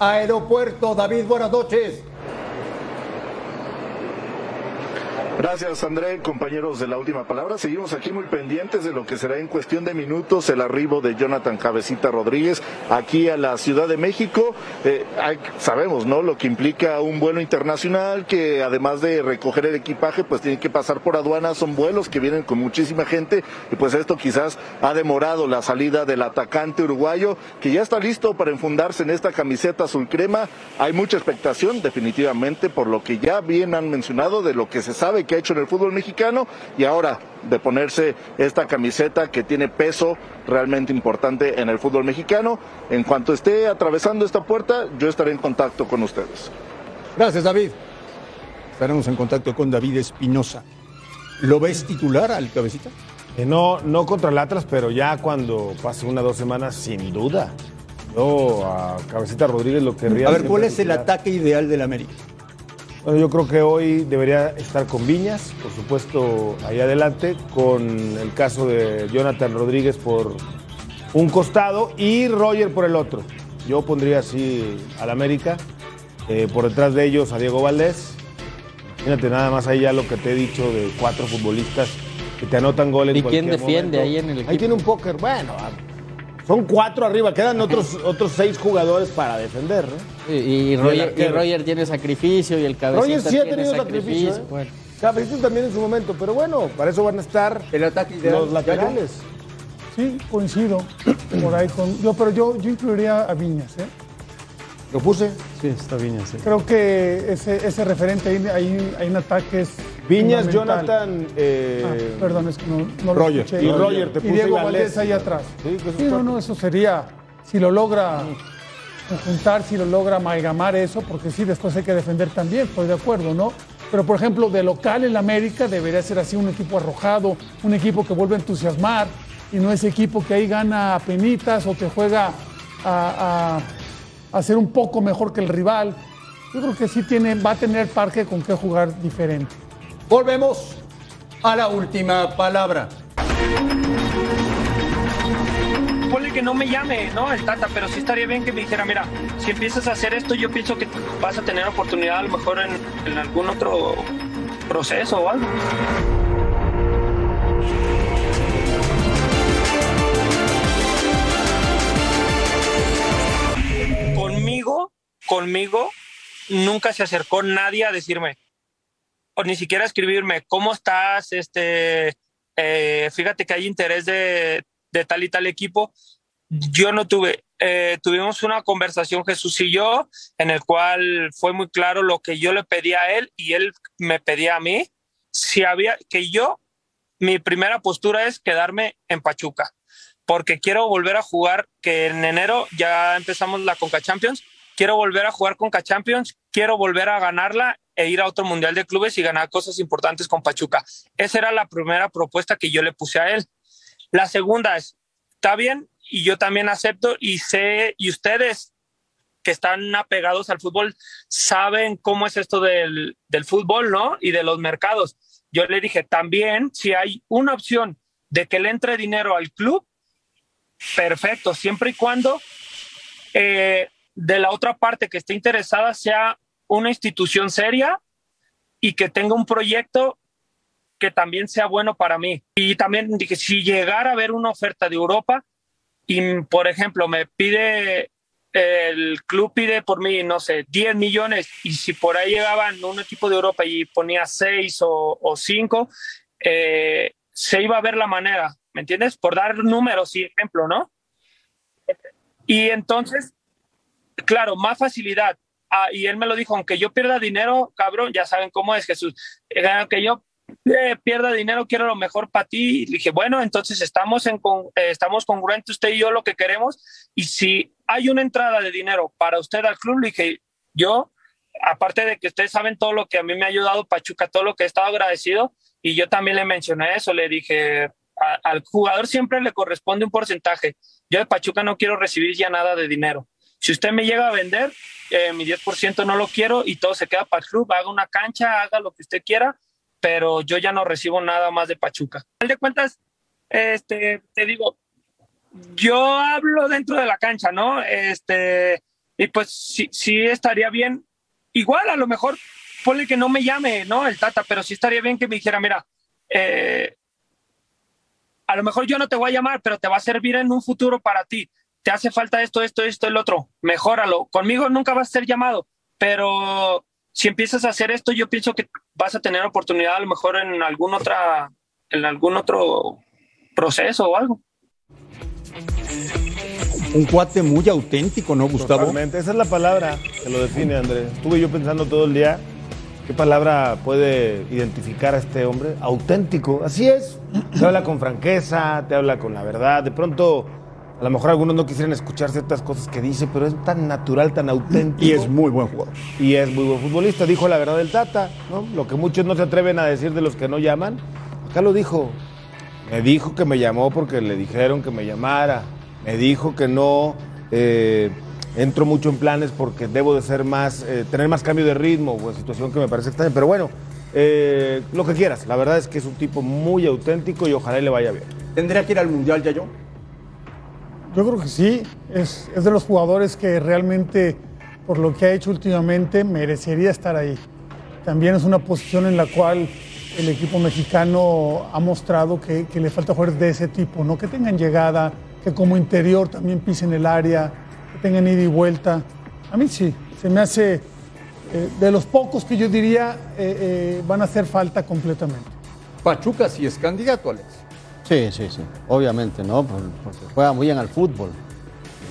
Speaker 2: aeropuerto. David, buenas noches.
Speaker 8: Gracias, André. Compañeros de la última palabra, seguimos aquí muy pendientes de lo que será en cuestión de minutos el arribo de Jonathan Cabecita Rodríguez aquí a la Ciudad de México. Eh, hay- sabemos, ¿no? Lo que implica un vuelo internacional que además de recoger el equipaje, pues tiene que pasar por aduanas. Son vuelos que vienen con muchísima gente y pues esto quizás ha demorado la salida del atacante uruguayo que ya está listo para enfundarse en esta camiseta azul crema. Hay mucha expectación, definitivamente, por lo que ya bien han mencionado de lo que se sabe que ha hecho en el fútbol mexicano y ahora de ponerse esta camiseta que tiene peso realmente importante en el fútbol mexicano. En cuanto esté atravesando esta puerta, yo estaré en contacto con ustedes.
Speaker 7: Gracias, David. Estaremos en contacto con David Espinosa. ¿Lo ves titular al cabecita?
Speaker 6: Eh, no, no contra el Atlas, pero ya cuando pase una o dos semanas, sin duda. Yo a Cabecita Rodríguez lo querría.
Speaker 7: A ver, ¿cuál
Speaker 6: siempre
Speaker 7: es el
Speaker 6: titular.
Speaker 7: ataque ideal del América?
Speaker 6: Bueno, yo creo que hoy debería estar con Viñas, por supuesto, ahí adelante, con el caso de Jonathan Rodríguez por un costado y Roger por el otro. Yo pondría así al América, eh, por detrás de ellos a Diego Valdés. Imagínate nada más ahí ya lo que te he dicho de cuatro futbolistas que te anotan gol en
Speaker 5: ¿Y quién
Speaker 6: cualquier
Speaker 5: defiende
Speaker 6: momento.
Speaker 5: ahí en el
Speaker 6: Ahí
Speaker 5: equipo?
Speaker 6: tiene un póker, bueno, a- son cuatro arriba, quedan otros, otros seis jugadores para defender, ¿no?
Speaker 5: Y, y Roger, y
Speaker 6: arquero.
Speaker 5: Roger tiene sacrificio y el cabecita
Speaker 6: Roger sí ha
Speaker 5: tiene
Speaker 6: tenido sacrificio. ¿eh?
Speaker 5: bueno.
Speaker 6: Cabecita también en su momento, pero bueno, para eso van a estar
Speaker 2: El ataque ideal.
Speaker 6: los
Speaker 2: Yayo.
Speaker 6: laterales.
Speaker 3: Sí, coincido por ahí con. Yo, pero yo, yo incluiría a Viñas, ¿eh?
Speaker 6: Lo puse.
Speaker 4: Sí, está bien así.
Speaker 3: Creo que ese, ese referente ahí, ahí, ahí en ataques.
Speaker 6: Viñas, Jonathan eh,
Speaker 3: Ah, perdón, es que no, no lo
Speaker 6: Roger.
Speaker 3: escuché.
Speaker 6: Y Roger, te puse
Speaker 3: Diego
Speaker 6: y Valdés.
Speaker 3: Valdés ahí atrás.
Speaker 6: Sí, que esos
Speaker 3: Sí, no,
Speaker 6: cuatro.
Speaker 3: no, eso sería. Si lo logra conjuntar, si lo logra amalgamar eso, porque sí, después hay que defender también, estoy de acuerdo, ¿no? Pero, por ejemplo, de local en la América debería ser así un equipo arrojado, un equipo que vuelve a entusiasmar, y no ese equipo que ahí gana a penitas o que juega a, a- a ser un poco mejor que el rival. Yo creo que sí tiene, va a tener parque con qué jugar diferente.
Speaker 2: Volvemos a la última palabra.
Speaker 9: Ponle que no me llame, ¿no? El Tata, pero sí estaría bien que me dijera, mira, si empiezas a hacer esto, yo pienso que vas a tener oportunidad a lo mejor en, en algún otro proceso o algo. Conmigo, conmigo, nunca se acercó nadie a decirme, o ni siquiera escribirme, ¿cómo estás? Este, eh, fíjate que hay interés de, de tal y tal equipo. Yo no tuve, eh, tuvimos una conversación Jesús y yo, en el cual fue muy claro lo que yo le pedía a él y él me pedía a mí, si había, que yo, mi primera postura es quedarme en Pachuca, porque quiero volver a jugar, que en enero ya empezamos la Conca Champions, quiero volver a jugar Conca Champions, quiero volver a ganarla e ir a otro Mundial de Clubes y ganar cosas importantes con Pachuca. Esa era la primera propuesta que yo le puse a él. La segunda es, está bien, y yo también acepto y sé, y ustedes que están apegados al fútbol saben cómo es esto del, del fútbol, ¿no? Y de los mercados. Yo le dije, también si hay una opción de que le entre dinero al club, perfecto, siempre y cuando eh, de la otra parte que esté interesada sea una institución seria y que tenga un proyecto que también sea bueno para mí. Y también dije, si llegara a haber una oferta de Europa y, por ejemplo, me pide, el club pide por mí, no sé, 10 millones y si por ahí llegaban un equipo de Europa y ponía 6 o, o 5, eh, se iba a ver la manera, ¿me entiendes? Por dar números y ejemplo, ¿no? Y entonces, claro, más facilidad. Ah, y él me lo dijo, aunque yo pierda dinero, cabrón, ya saben cómo es Jesús, Eh, aunque yo eh, pierda dinero, quiero lo mejor para ti. Y le dije, bueno, entonces estamos, en, con- eh, estamos congruentes usted y yo lo que queremos. Y si hay una entrada de dinero para usted al club, le dije, yo, aparte de que ustedes saben todo lo que a mí me ha ayudado Pachuca, todo lo que he estado agradecido, y yo también le mencioné eso, le dije, a- al jugador siempre le corresponde un porcentaje. Yo de Pachuca no quiero recibir ya nada de dinero. Si usted me llega a vender, eh, mi 10% no lo quiero y todo se queda para el club. Haga una cancha, haga lo que usted quiera, pero yo ya no recibo nada más de Pachuca. Al final de cuentas, este, te digo, yo hablo dentro de la cancha, ¿no? Este, y pues sí, sí estaría bien. Igual a lo mejor ponle que no me llame, ¿no? El Tata, pero sí estaría bien que me dijera, mira, eh, a lo mejor yo no te voy a llamar, pero te va a servir en un futuro para ti. Te hace falta esto, esto, esto, el otro. Mejóralo. Conmigo nunca vas a ser llamado, pero si empiezas a hacer esto, yo pienso que vas a tener oportunidad a lo mejor en algún otra, en algún otro proceso o algo.
Speaker 7: Un cuate muy auténtico, ¿no, Gustavo?
Speaker 6: Totalmente. Esa es la palabra que lo define, Andrés. Estuve yo pensando todo el día qué palabra puede identificar a este hombre. Auténtico, así es. Te habla con franqueza, te habla con la verdad. De pronto, a lo mejor algunos no quisieran escuchar ciertas cosas que dice, pero es tan natural, tan auténtico.
Speaker 7: Y es muy buen jugador.
Speaker 6: y es muy buen futbolista. Dijo la verdad del Tata, ¿no? Lo que muchos no se atreven a decir de los que no llaman. Acá lo dijo. Me dijo que me llamó porque le dijeron que me llamara. Me dijo que no eh, entro mucho en planes porque debo de ser más, eh, tener más cambio de ritmo, pues, situación que me parece extraña. Pero bueno, eh, lo que quieras. La verdad es que es un tipo muy auténtico y ojalá y le vaya bien.
Speaker 2: ¿Tendría que ir al Mundial ya yo?
Speaker 3: Yo creo que sí, es, es de los jugadores que realmente, por lo que ha hecho últimamente, merecería estar ahí. También es una posición en la cual el equipo mexicano ha mostrado que, que le falta jugadores de ese tipo, ¿no? que tengan llegada, que como interior también pisen el área, que tengan ida y vuelta. A mí sí, se me hace eh, de los pocos que yo diría eh, eh, van a hacer falta completamente.
Speaker 2: Pachuca sí es candidato, Alex.
Speaker 4: Sí, sí, sí. Obviamente, ¿no? Por- Porque juega muy bien al fútbol.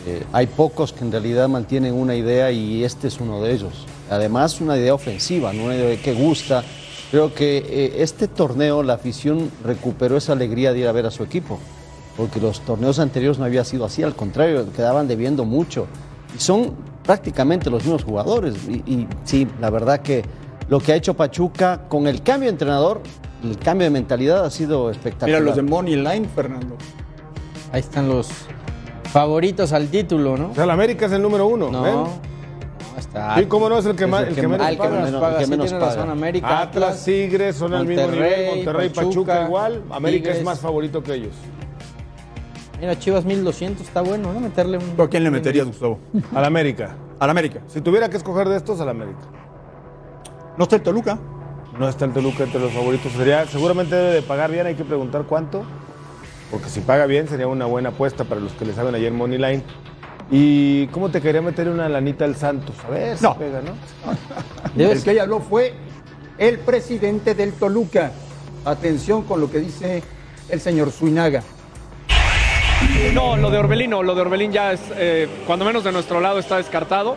Speaker 4: Eh, hay pocos que en realidad mantienen una idea y este es uno de ellos. Además, una idea ofensiva, ¿no? una idea que gusta. Creo que eh, este torneo la afición recuperó esa alegría de ir a ver a su equipo, porque los torneos anteriores no había sido así, al contrario, quedaban debiendo mucho. Y son prácticamente los mismos jugadores. Y, y sí, la verdad que lo que ha hecho Pachuca con el cambio de entrenador, el cambio de mentalidad ha sido espectacular.
Speaker 7: Mira, los de Money Line, Fernando.
Speaker 5: Ahí están los favoritos al título, ¿no?
Speaker 6: O sea, el América es el número uno.
Speaker 5: No.
Speaker 6: ¿ven?
Speaker 5: está.
Speaker 6: Sí, cómo no es el que, más, el que menos
Speaker 5: ah, el que
Speaker 6: paga.
Speaker 5: menos paga. Sí, tiene razón. América,
Speaker 6: Atlas, Tigres son al mismo nivel. Monterrey, Pachuca, igual. América es
Speaker 5: Tigres.
Speaker 6: más favorito que ellos.
Speaker 5: Mira, Chivas 1200, está bueno, ¿eh? ¿no? Meterle un.
Speaker 7: ¿Tú a quién le meterías, Gustavo?
Speaker 6: Al América.
Speaker 7: Al América.
Speaker 6: Si tuviera que escoger de estos, al América.
Speaker 7: No está el Toluca.
Speaker 6: No está el Toluca entre los favoritos. Sería, seguramente debe de pagar bien, hay que preguntar cuánto. Porque si paga bien sería una buena apuesta para los que le saben ayer Money Line. ¿Y cómo te quería meter una lanita al Santos? A ver, si
Speaker 7: No.
Speaker 6: pega, ¿no?
Speaker 5: Debes-
Speaker 2: El que ahí habló fue el presidente del Toluca. Atención con lo que dice el señor Suinaga.
Speaker 10: No, lo de Orbelín no, lo de Orbelín ya es, eh, cuando menos de nuestro lado está descartado,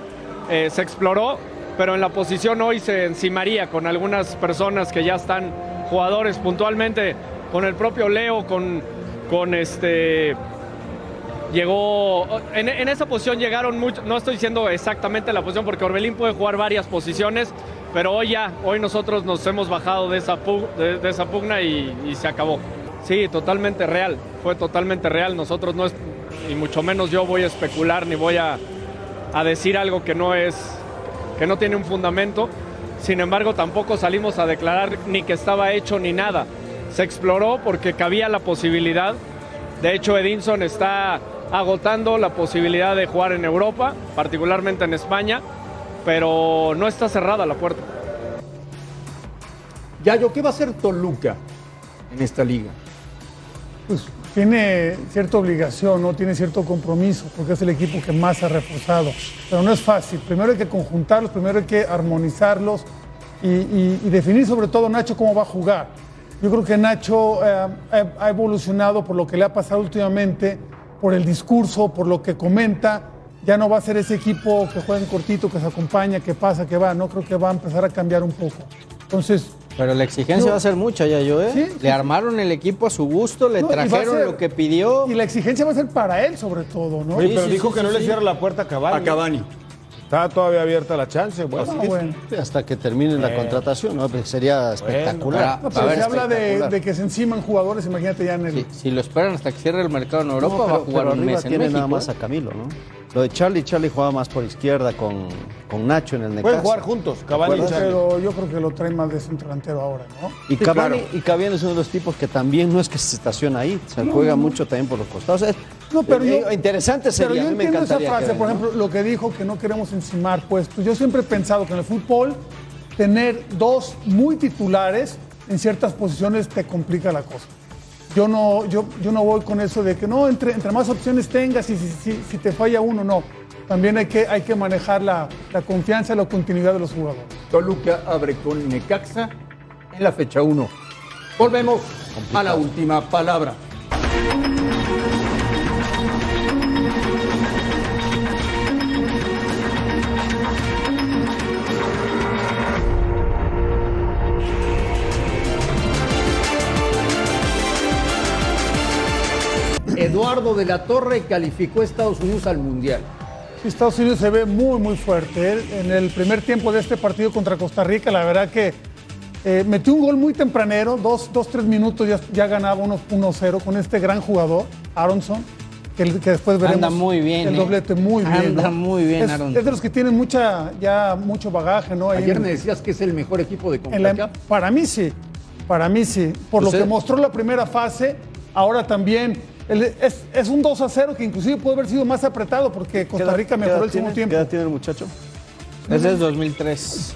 Speaker 10: Eh, se exploró, pero en la posición hoy se encimaría con algunas personas que ya están jugadores puntualmente, con el propio Leo, con, con este... Llegó, en, en esa posición llegaron muchos, no estoy diciendo exactamente la posición porque Orbelín puede jugar varias posiciones, pero hoy ya, hoy nosotros nos hemos bajado de esa, pu- de, de esa pugna y, y se acabó. Sí, totalmente real, fue totalmente real, nosotros no es, y mucho menos yo voy a especular ni voy a, a decir algo que no es, que no tiene un fundamento. Sin embargo, tampoco salimos a declarar ni que estaba hecho ni nada. Se exploró porque cabía la posibilidad. De hecho, Edinson está agotando la posibilidad de jugar en Europa, particularmente en España, pero no está cerrada la puerta.
Speaker 2: Yayo, ¿qué va a hacer Toluca en esta liga?
Speaker 3: pues, tiene cierta obligación, ¿no? Tiene cierto compromiso, porque es el equipo que más ha reforzado. Pero no es fácil. Primero hay que conjuntarlos, primero hay que armonizarlos y, y- y definir sobre todo Nacho cómo va a jugar. Yo creo que Nacho eh, ha- ha evolucionado por lo que le ha pasado últimamente, por el discurso, por lo que comenta. Ya no va a ser ese equipo que juega en cortito, que se acompaña, que pasa, que va. No creo que va a empezar a cambiar un poco. Entonces,
Speaker 5: Pero la exigencia
Speaker 3: Yo-
Speaker 5: va a ser mucha ya yo, ¿eh?
Speaker 3: Sí,
Speaker 5: le
Speaker 3: sí, sí.
Speaker 5: armaron el equipo a su gusto, le
Speaker 3: No, y va a
Speaker 5: trajeron
Speaker 3: ser-
Speaker 5: lo que pidió.
Speaker 3: y la exigencia va a ser para él sobre todo, ¿no?
Speaker 6: Oye, pero
Speaker 5: sí,
Speaker 6: dijo
Speaker 5: sí,
Speaker 6: que
Speaker 5: sí,
Speaker 6: no le
Speaker 5: sí.
Speaker 6: cierra la puerta a Cavani.
Speaker 7: A Cavani.
Speaker 6: Está todavía abierta la chance. Bueno,
Speaker 3: Ah, bueno.
Speaker 4: Hasta que termine la
Speaker 5: Eh,
Speaker 4: contratación, ¿no? Pues Sería espectacular.
Speaker 3: No,
Speaker 5: A
Speaker 3: pero
Speaker 5: ver,
Speaker 3: se habla de,
Speaker 4: Ah, espectacular.
Speaker 3: de que se enciman jugadores, imagínate ya en el.
Speaker 5: Si, si lo esperan hasta que cierre el mercado en Europa,
Speaker 4: No,
Speaker 5: va a
Speaker 4: pero-
Speaker 5: jugar
Speaker 4: pero
Speaker 5: un
Speaker 4: arriba
Speaker 5: mes en
Speaker 4: tiene
Speaker 5: México.
Speaker 4: nada más a Camilo, ¿no? Lo de Charlie, Charlie jugaba más por izquierda con, con Nacho en el Necaxa.
Speaker 6: Pueden jugar juntos, Cavani y
Speaker 3: Pero-
Speaker 6: Charlie.
Speaker 3: Pero yo creo que lo traen más de centro delantero ahora, ¿no?
Speaker 4: Y
Speaker 7: Sí,
Speaker 4: Cavani,
Speaker 7: claro.
Speaker 4: y Cavani es uno de los tipos que también no es que se estaciona ahí, se juega mucho también por los costados. Es-
Speaker 3: No, pero
Speaker 4: eh,
Speaker 3: yo-
Speaker 4: interesante sería,
Speaker 3: Pero yo
Speaker 4: a mí me
Speaker 3: entiendo esa
Speaker 4: encantaría
Speaker 3: frase,
Speaker 4: que
Speaker 3: por
Speaker 4: venga.
Speaker 3: ejemplo, lo que dijo que no queremos encimar puestos. Yo siempre he pensado que en el fútbol tener dos muy titulares en ciertas posiciones te complica la cosa. Yo no, yo, yo no voy con eso de que no, entre, entre más opciones tengas y si, si- si te falla uno, no. También hay que, hay que manejar la, la confianza y la continuidad de los jugadores.
Speaker 2: Toluca abre con Necaxa en la fecha 1. Volvemos a la última palabra. Eduardo de la Torre calificó a Estados Unidos al Mundial.
Speaker 3: Estados Unidos se ve muy, muy fuerte. Él, En el primer tiempo de este partido contra Costa Rica, la verdad que eh, metió un gol muy tempranero, dos, dos tres minutos ya, ya ganaba uno- 1-0 con este gran jugador, Aronson, que, el- que después veremos.
Speaker 5: Anda muy bien,
Speaker 3: El
Speaker 5: eh.
Speaker 3: doblete muy bien.
Speaker 5: Anda
Speaker 3: ¿no?
Speaker 5: muy bien,
Speaker 3: Es,
Speaker 5: Aronson.
Speaker 3: es de los que tienen mucha, ya mucho bagaje, ¿no? Ahí
Speaker 2: Ayer
Speaker 3: en-
Speaker 2: me decías que es el mejor equipo de
Speaker 3: en la-
Speaker 2: CONCACAF.
Speaker 3: para mí sí, para mí sí. Por lo
Speaker 5: Usted-
Speaker 3: que mostró la primera fase, ahora también. el- es, es un 2 a 0 que inclusive puede haber sido más apretado porque Costa Rica mejoró el segundo tiempo.
Speaker 4: ¿Qué edad tiene el muchacho?
Speaker 5: Ese es 2003.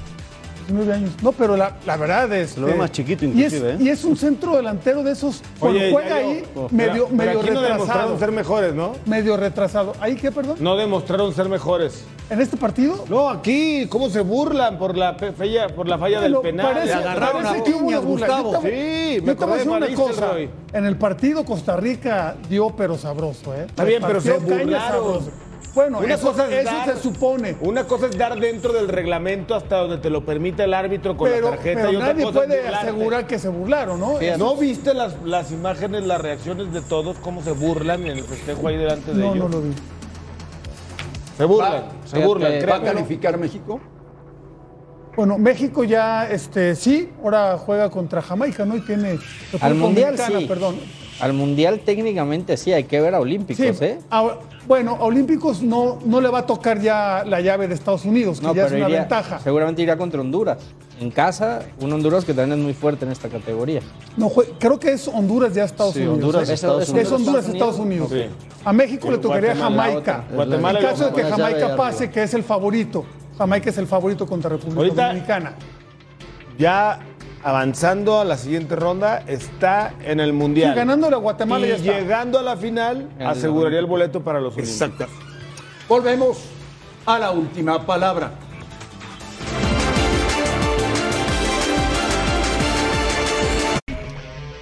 Speaker 3: 19 años. No, pero la, la verdad es.
Speaker 4: lo ve más chiquito
Speaker 3: y es-
Speaker 4: inclusive, ¿eh?
Speaker 3: Y es, un centro delantero de esos. Cuando
Speaker 6: Oye,
Speaker 3: juega
Speaker 6: Yayo,
Speaker 3: ahí,
Speaker 6: pero-
Speaker 3: medio,
Speaker 6: pero
Speaker 3: medio
Speaker 6: aquí no
Speaker 3: retrasado.
Speaker 6: demostraron ser mejores, ¿no?
Speaker 3: Medio retrasado. ¿Ahí qué, perdón?
Speaker 6: No demostraron ser mejores.
Speaker 3: ¿En este partido?
Speaker 6: No, aquí, ¿cómo se burlan por la pe- falla, por la falla
Speaker 3: Bueno,
Speaker 6: del penal?
Speaker 3: parece-
Speaker 6: Le agarraron
Speaker 3: parece
Speaker 6: a
Speaker 3: que hubo una
Speaker 6: piñas,
Speaker 3: burla. Yo
Speaker 6: Gustavo.
Speaker 3: te-
Speaker 6: Sí, me
Speaker 3: yo te voy a
Speaker 6: acordé de
Speaker 3: decir una
Speaker 6: Van
Speaker 3: cosa.
Speaker 6: Nistelrooy.
Speaker 3: En el partido Costa Rica dio pero sabroso, ¿eh?
Speaker 6: Está bien, pero se
Speaker 3: Partió caña
Speaker 6: burlaron.
Speaker 3: sabroso. Bueno,
Speaker 6: Una
Speaker 3: eso,
Speaker 6: cosa es
Speaker 3: eso
Speaker 6: dar-
Speaker 3: se supone.
Speaker 6: Una cosa es dar dentro del reglamento hasta donde te lo permite el árbitro con
Speaker 3: Pero,
Speaker 6: la tarjeta
Speaker 3: pero
Speaker 6: y otra
Speaker 3: nadie
Speaker 6: cosa es
Speaker 3: puede
Speaker 6: burlarte.
Speaker 3: asegurar que se burlaron, ¿no?
Speaker 6: ¿No viste las, las imágenes, las reacciones de todos, cómo se burlan en el festejo ahí delante
Speaker 5: Este
Speaker 6: de
Speaker 3: No,
Speaker 6: ellos?
Speaker 3: no lo vi.
Speaker 6: Se burlan, se
Speaker 5: fíjate,
Speaker 6: burlan,
Speaker 2: ¿Va a
Speaker 6: créanme.
Speaker 2: calificar México?
Speaker 3: Bueno, México ya, este, sí, ahora juega contra Jamaica, ¿no? Y tiene.
Speaker 5: Al
Speaker 3: República
Speaker 5: Mundial
Speaker 3: Dominicana,
Speaker 5: sí.
Speaker 3: Perdón.
Speaker 5: Al mundial técnicamente sí, hay que ver a Olímpicos,
Speaker 3: Sí,
Speaker 5: ¿eh?
Speaker 3: ahora- Ah, bueno, a Olímpicos no, no le va a tocar ya la llave de Estados Unidos, que
Speaker 5: No,
Speaker 3: ya es
Speaker 5: pero
Speaker 3: una
Speaker 5: iría-
Speaker 3: ventaja.
Speaker 5: seguramente irá contra Honduras. En casa, un Honduras que también es muy fuerte en esta categoría.
Speaker 3: No, jue- creo que es Honduras ya Estados
Speaker 5: Sí,
Speaker 3: Unidos.
Speaker 5: Honduras,
Speaker 3: ¿eh?
Speaker 5: Estados Unidos.
Speaker 3: Es Honduras, Estados Unidos. A México le tocaría
Speaker 6: Guatemala,
Speaker 3: Jamaica.
Speaker 6: otra. Guatemala
Speaker 3: en
Speaker 6: y
Speaker 3: caso de que
Speaker 6: Guatemala, ya de
Speaker 3: Jamaica
Speaker 6: arriba.
Speaker 3: pase, que es el favorito. Jamaica es el favorito contra República
Speaker 6: Ahorita-
Speaker 3: Dominicana.
Speaker 6: Ya avanzando a la siguiente ronda, está en el Mundial.
Speaker 3: Y ganando la Guatemala
Speaker 6: Y
Speaker 3: ya está.
Speaker 6: llegando a la final,
Speaker 2: el
Speaker 6: aseguraría el boleto para los Olímpicos.
Speaker 2: Exacto. Volvemos a la última palabra.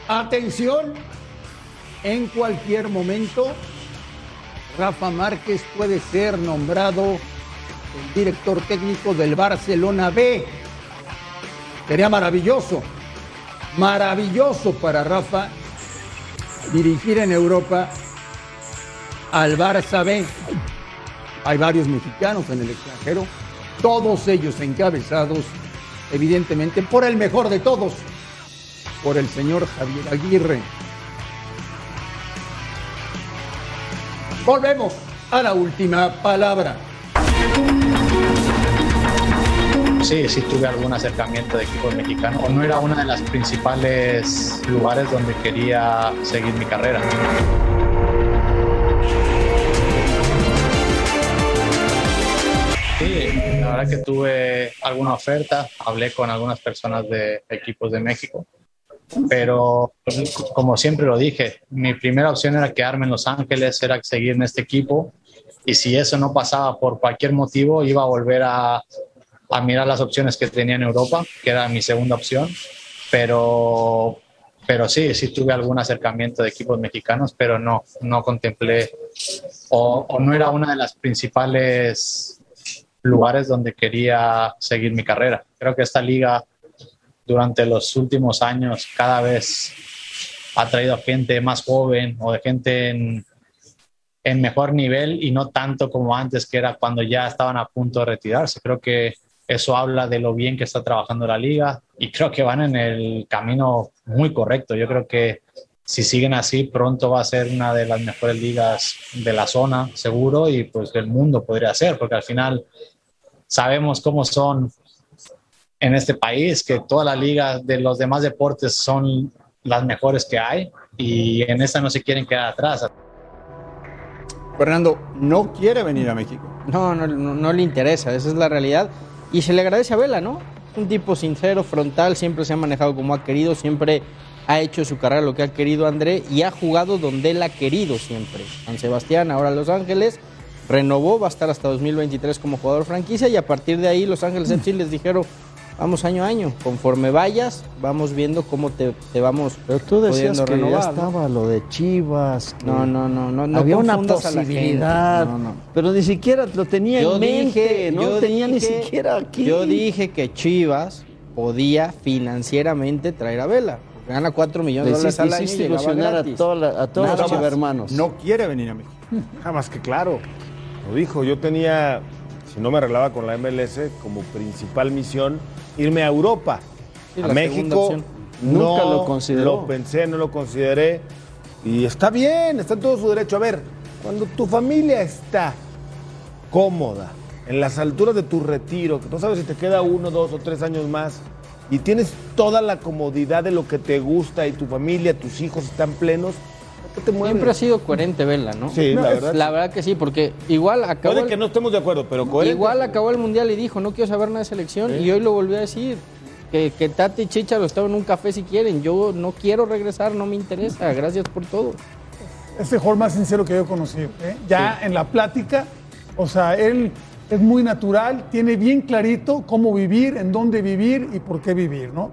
Speaker 2: Atención, en cualquier momento, Rafa Márquez puede ser nombrado el director técnico del Barcelona B. Sería maravilloso, maravilloso para Rafa dirigir en Europa al Barça B. Hay varios mexicanos en el extranjero, todos ellos encabezados, evidentemente, por el mejor de todos, por el señor Javier Aguirre. Volvemos a la última palabra.
Speaker 11: Sí, sí tuve algún acercamiento de equipos mexicanos. No era uno de los principales lugares donde quería seguir mi carrera. Sí, la verdad que tuve alguna oferta, hablé con algunas personas de equipos de México, pero pues, como siempre lo dije, mi primera opción era quedarme en Los Ángeles, era seguir en este equipo y si eso no pasaba por cualquier motivo, iba a volver a, a mirar las opciones que tenía en Europa, que era mi segunda opción, pero, pero sí, sí tuve algún acercamiento de equipos mexicanos, pero no, no contemplé o, o no era una de las principales lugares donde quería seguir mi carrera. Creo que esta liga durante los últimos años cada vez ha traído a gente más joven o de gente en, en mejor nivel y no tanto como antes, que era cuando ya estaban a punto de retirarse. Creo que eso habla de lo bien que está trabajando la liga y creo que van en el camino muy correcto. Yo creo que si siguen así, pronto va a ser una de las mejores ligas de la zona, seguro, y pues del mundo podría ser, porque al final sabemos cómo son en este país, que todas las ligas de los demás deportes son las mejores que hay y en esta no se quieren quedar atrás.
Speaker 7: Fernando, no quiere venir a México.
Speaker 5: No, no, no, no le interesa, esa es la realidad. Y se le agradece a Vela, ¿no? Un tipo sincero, frontal, siempre se ha manejado como ha querido, siempre ha hecho su carrera lo que ha querido André y ha jugado donde él ha querido siempre. San Sebastián, ahora Los Ángeles, renovó, va a estar hasta 2023 como jugador franquicia y a partir de ahí Los Ángeles FC les dijeron, vamos año a año, conforme vayas, vamos viendo cómo te, te vamos Pero
Speaker 4: Tú decías que ya estaba lo de Chivas. que
Speaker 5: No, no, no, no, no
Speaker 4: había una
Speaker 5: confundas a la gente.
Speaker 4: posibilidad.
Speaker 5: No, no.
Speaker 4: Pero ni siquiera lo tenía en mente. no tenía ni siquiera aquí.
Speaker 5: Yo dije que Chivas podía financieramente traer a Vela. porque Gana 4 millones de
Speaker 4: Le
Speaker 5: dólares
Speaker 4: hiciste-
Speaker 5: al año.
Speaker 4: hiciste
Speaker 5: y llegaba
Speaker 4: ilusionar a
Speaker 5: gratis.
Speaker 4: toda la- a todos
Speaker 5: Nada
Speaker 4: los
Speaker 5: más.
Speaker 4: hermanos.
Speaker 6: No quiere venir a México. Nada más que claro. Lo dijo, yo tenía, si no me arreglaba con la MLS, como principal misión irme a Europa.
Speaker 4: Sí,
Speaker 6: a
Speaker 4: la segunda
Speaker 6: México.
Speaker 4: opción. Nunca
Speaker 6: no
Speaker 4: lo consideró.
Speaker 6: Lo pensé, no lo consideré. Y está bien, está en todo su derecho. A ver, cuando tu familia está cómoda, en las alturas de tu retiro, que no sabes si te queda uno, dos o tres años más, y tienes toda la comodidad de lo que te gusta y tu familia, tus hijos están plenos, ¿por qué te mueves?
Speaker 5: Siempre ha sido coherente Vela, ¿no?
Speaker 6: Sí, la verdad.
Speaker 5: que sí, porque igual acabó.
Speaker 6: Puede
Speaker 5: el-
Speaker 6: que no estemos de acuerdo, pero coherente.
Speaker 5: Igual acabó el mundial y dijo, no quiero saber nada de selección. Y hoy lo volvió a decir. Que, que Tati y Chicha lo estaban en un café si quieren. Yo no quiero regresar, no me interesa. Gracias por todo.
Speaker 3: Es el jugador más sincero que yo he conocido. ¿eh? Ya en la plática, o sea, él es muy natural, tiene bien clarito cómo vivir, en dónde vivir y por qué vivir, ¿no?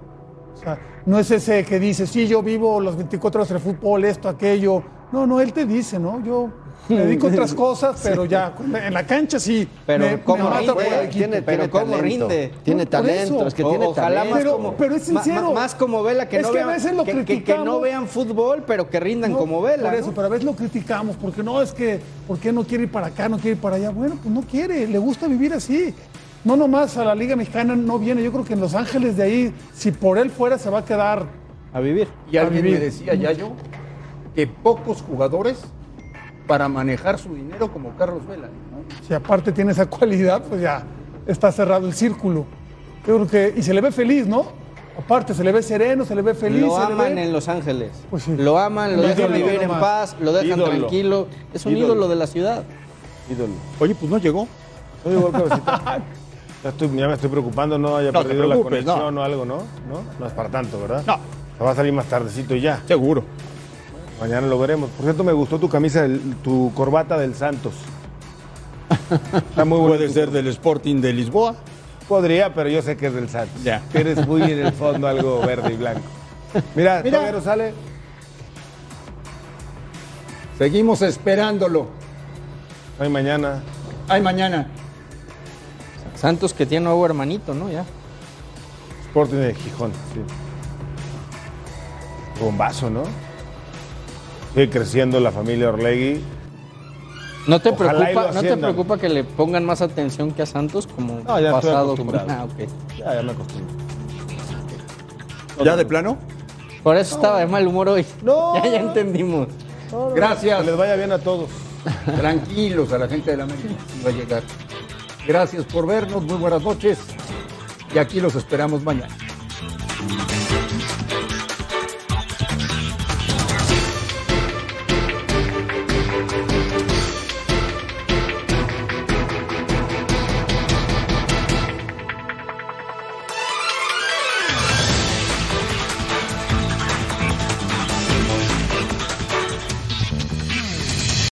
Speaker 3: O sea, no es ese que dice, sí, yo vivo las 24 horas de fútbol, esto, aquello. No, no, él te dice, ¿no? Yo me dedico a otras cosas, pero ya en la cancha sí.
Speaker 5: Pero
Speaker 3: me- me
Speaker 5: cómo
Speaker 3: mata por
Speaker 5: rinde,
Speaker 3: el equipo.
Speaker 4: tiene- pero cómo rinde. Tiene
Speaker 3: No, por
Speaker 4: talento,
Speaker 3: eso.
Speaker 4: es que tiene
Speaker 5: Ojalá
Speaker 4: talento.
Speaker 5: más
Speaker 4: Pero-
Speaker 5: como,
Speaker 4: pero es
Speaker 5: ma-
Speaker 4: sincero.
Speaker 5: ma- más como vela que
Speaker 3: Es
Speaker 5: no
Speaker 3: que a
Speaker 5: vean,
Speaker 3: veces lo
Speaker 5: que- que- que no
Speaker 3: criticamos.
Speaker 5: vean fútbol, pero que rindan
Speaker 3: No,
Speaker 5: como vela.
Speaker 3: Por eso,
Speaker 5: ¿no?
Speaker 3: pero a veces lo criticamos, porque no es que, ¿por qué no quiere ir para acá, no quiere ir para allá? Bueno, pues no quiere, le gusta vivir así. No nomás a la Liga Mexicana no viene, yo creo que en Los Ángeles de ahí, si por él fuera, se va a quedar.
Speaker 5: A vivir.
Speaker 2: Y alguien
Speaker 3: vivir.
Speaker 2: me decía, ya yo, que pocos jugadores para manejar su dinero como Carlos Vela.
Speaker 3: Si aparte tiene esa cualidad, pues ya está cerrado el círculo. Yo creo que. Y se le ve feliz, ¿no? Aparte, se le ve sereno, se le ve feliz.
Speaker 5: Lo
Speaker 3: se le
Speaker 5: aman
Speaker 3: ve-
Speaker 5: en Los Ángeles. Lo aman, lo dejan
Speaker 3: Ídolo
Speaker 5: vivir en
Speaker 3: nomás.
Speaker 5: paz, lo dejan
Speaker 3: Ídolo.
Speaker 5: tranquilo. Es un
Speaker 3: Ídolo.
Speaker 5: ídolo de la ciudad.
Speaker 6: Ídolo.
Speaker 7: Oye, pues no llegó.
Speaker 6: No llegó el cabecita. Ya, estoy- ya me estoy preocupando, no haya
Speaker 7: No te
Speaker 6: perdido la
Speaker 7: preocupes, no.
Speaker 6: conexión o algo, ¿no? ¿no? No es para tanto, ¿verdad? No. va a salir más tardecito y ya.
Speaker 7: Seguro.
Speaker 6: Mañana lo veremos. Por cierto, me gustó tu camisa, del- tu corbata del Santos. Está muy buena.
Speaker 7: Puede ser del Sporting de Lisboa.
Speaker 6: Podría, pero yo sé que es del Santos.
Speaker 7: Ya.
Speaker 6: Tienes muy en el fondo algo verde y blanco. Mira,
Speaker 2: Mira.
Speaker 6: todavía no sale.
Speaker 2: Seguimos esperándolo.
Speaker 6: Hay mañana.
Speaker 2: Hay mañana.
Speaker 5: Santos que tiene nuevo hermanito, ¿no? Ya.
Speaker 6: Sporting de Gijón, sí. Bombazo, ¿no? Sigue creciendo la familia Orlegui.
Speaker 5: ¿No te,
Speaker 6: Ojalá y lo
Speaker 5: preocupa, ¿No te
Speaker 6: asciendan.
Speaker 5: preocupa que le pongan más atención que a Santos como
Speaker 6: No, ya estoy
Speaker 5: pasado?
Speaker 6: acostumbrado.
Speaker 5: Ah, ok.
Speaker 6: Ya, ya me acostumbro.
Speaker 7: ¿Ya de plano?
Speaker 5: Por eso estaba de mal humor hoy. No. Ya, ya entendimos.
Speaker 2: Gracias.
Speaker 6: Que les vaya bien a todos.
Speaker 2: Tranquilos a la gente de la América. sí va a llegar. Gracias por vernos. Muy buenas noches. Y aquí los esperamos mañana.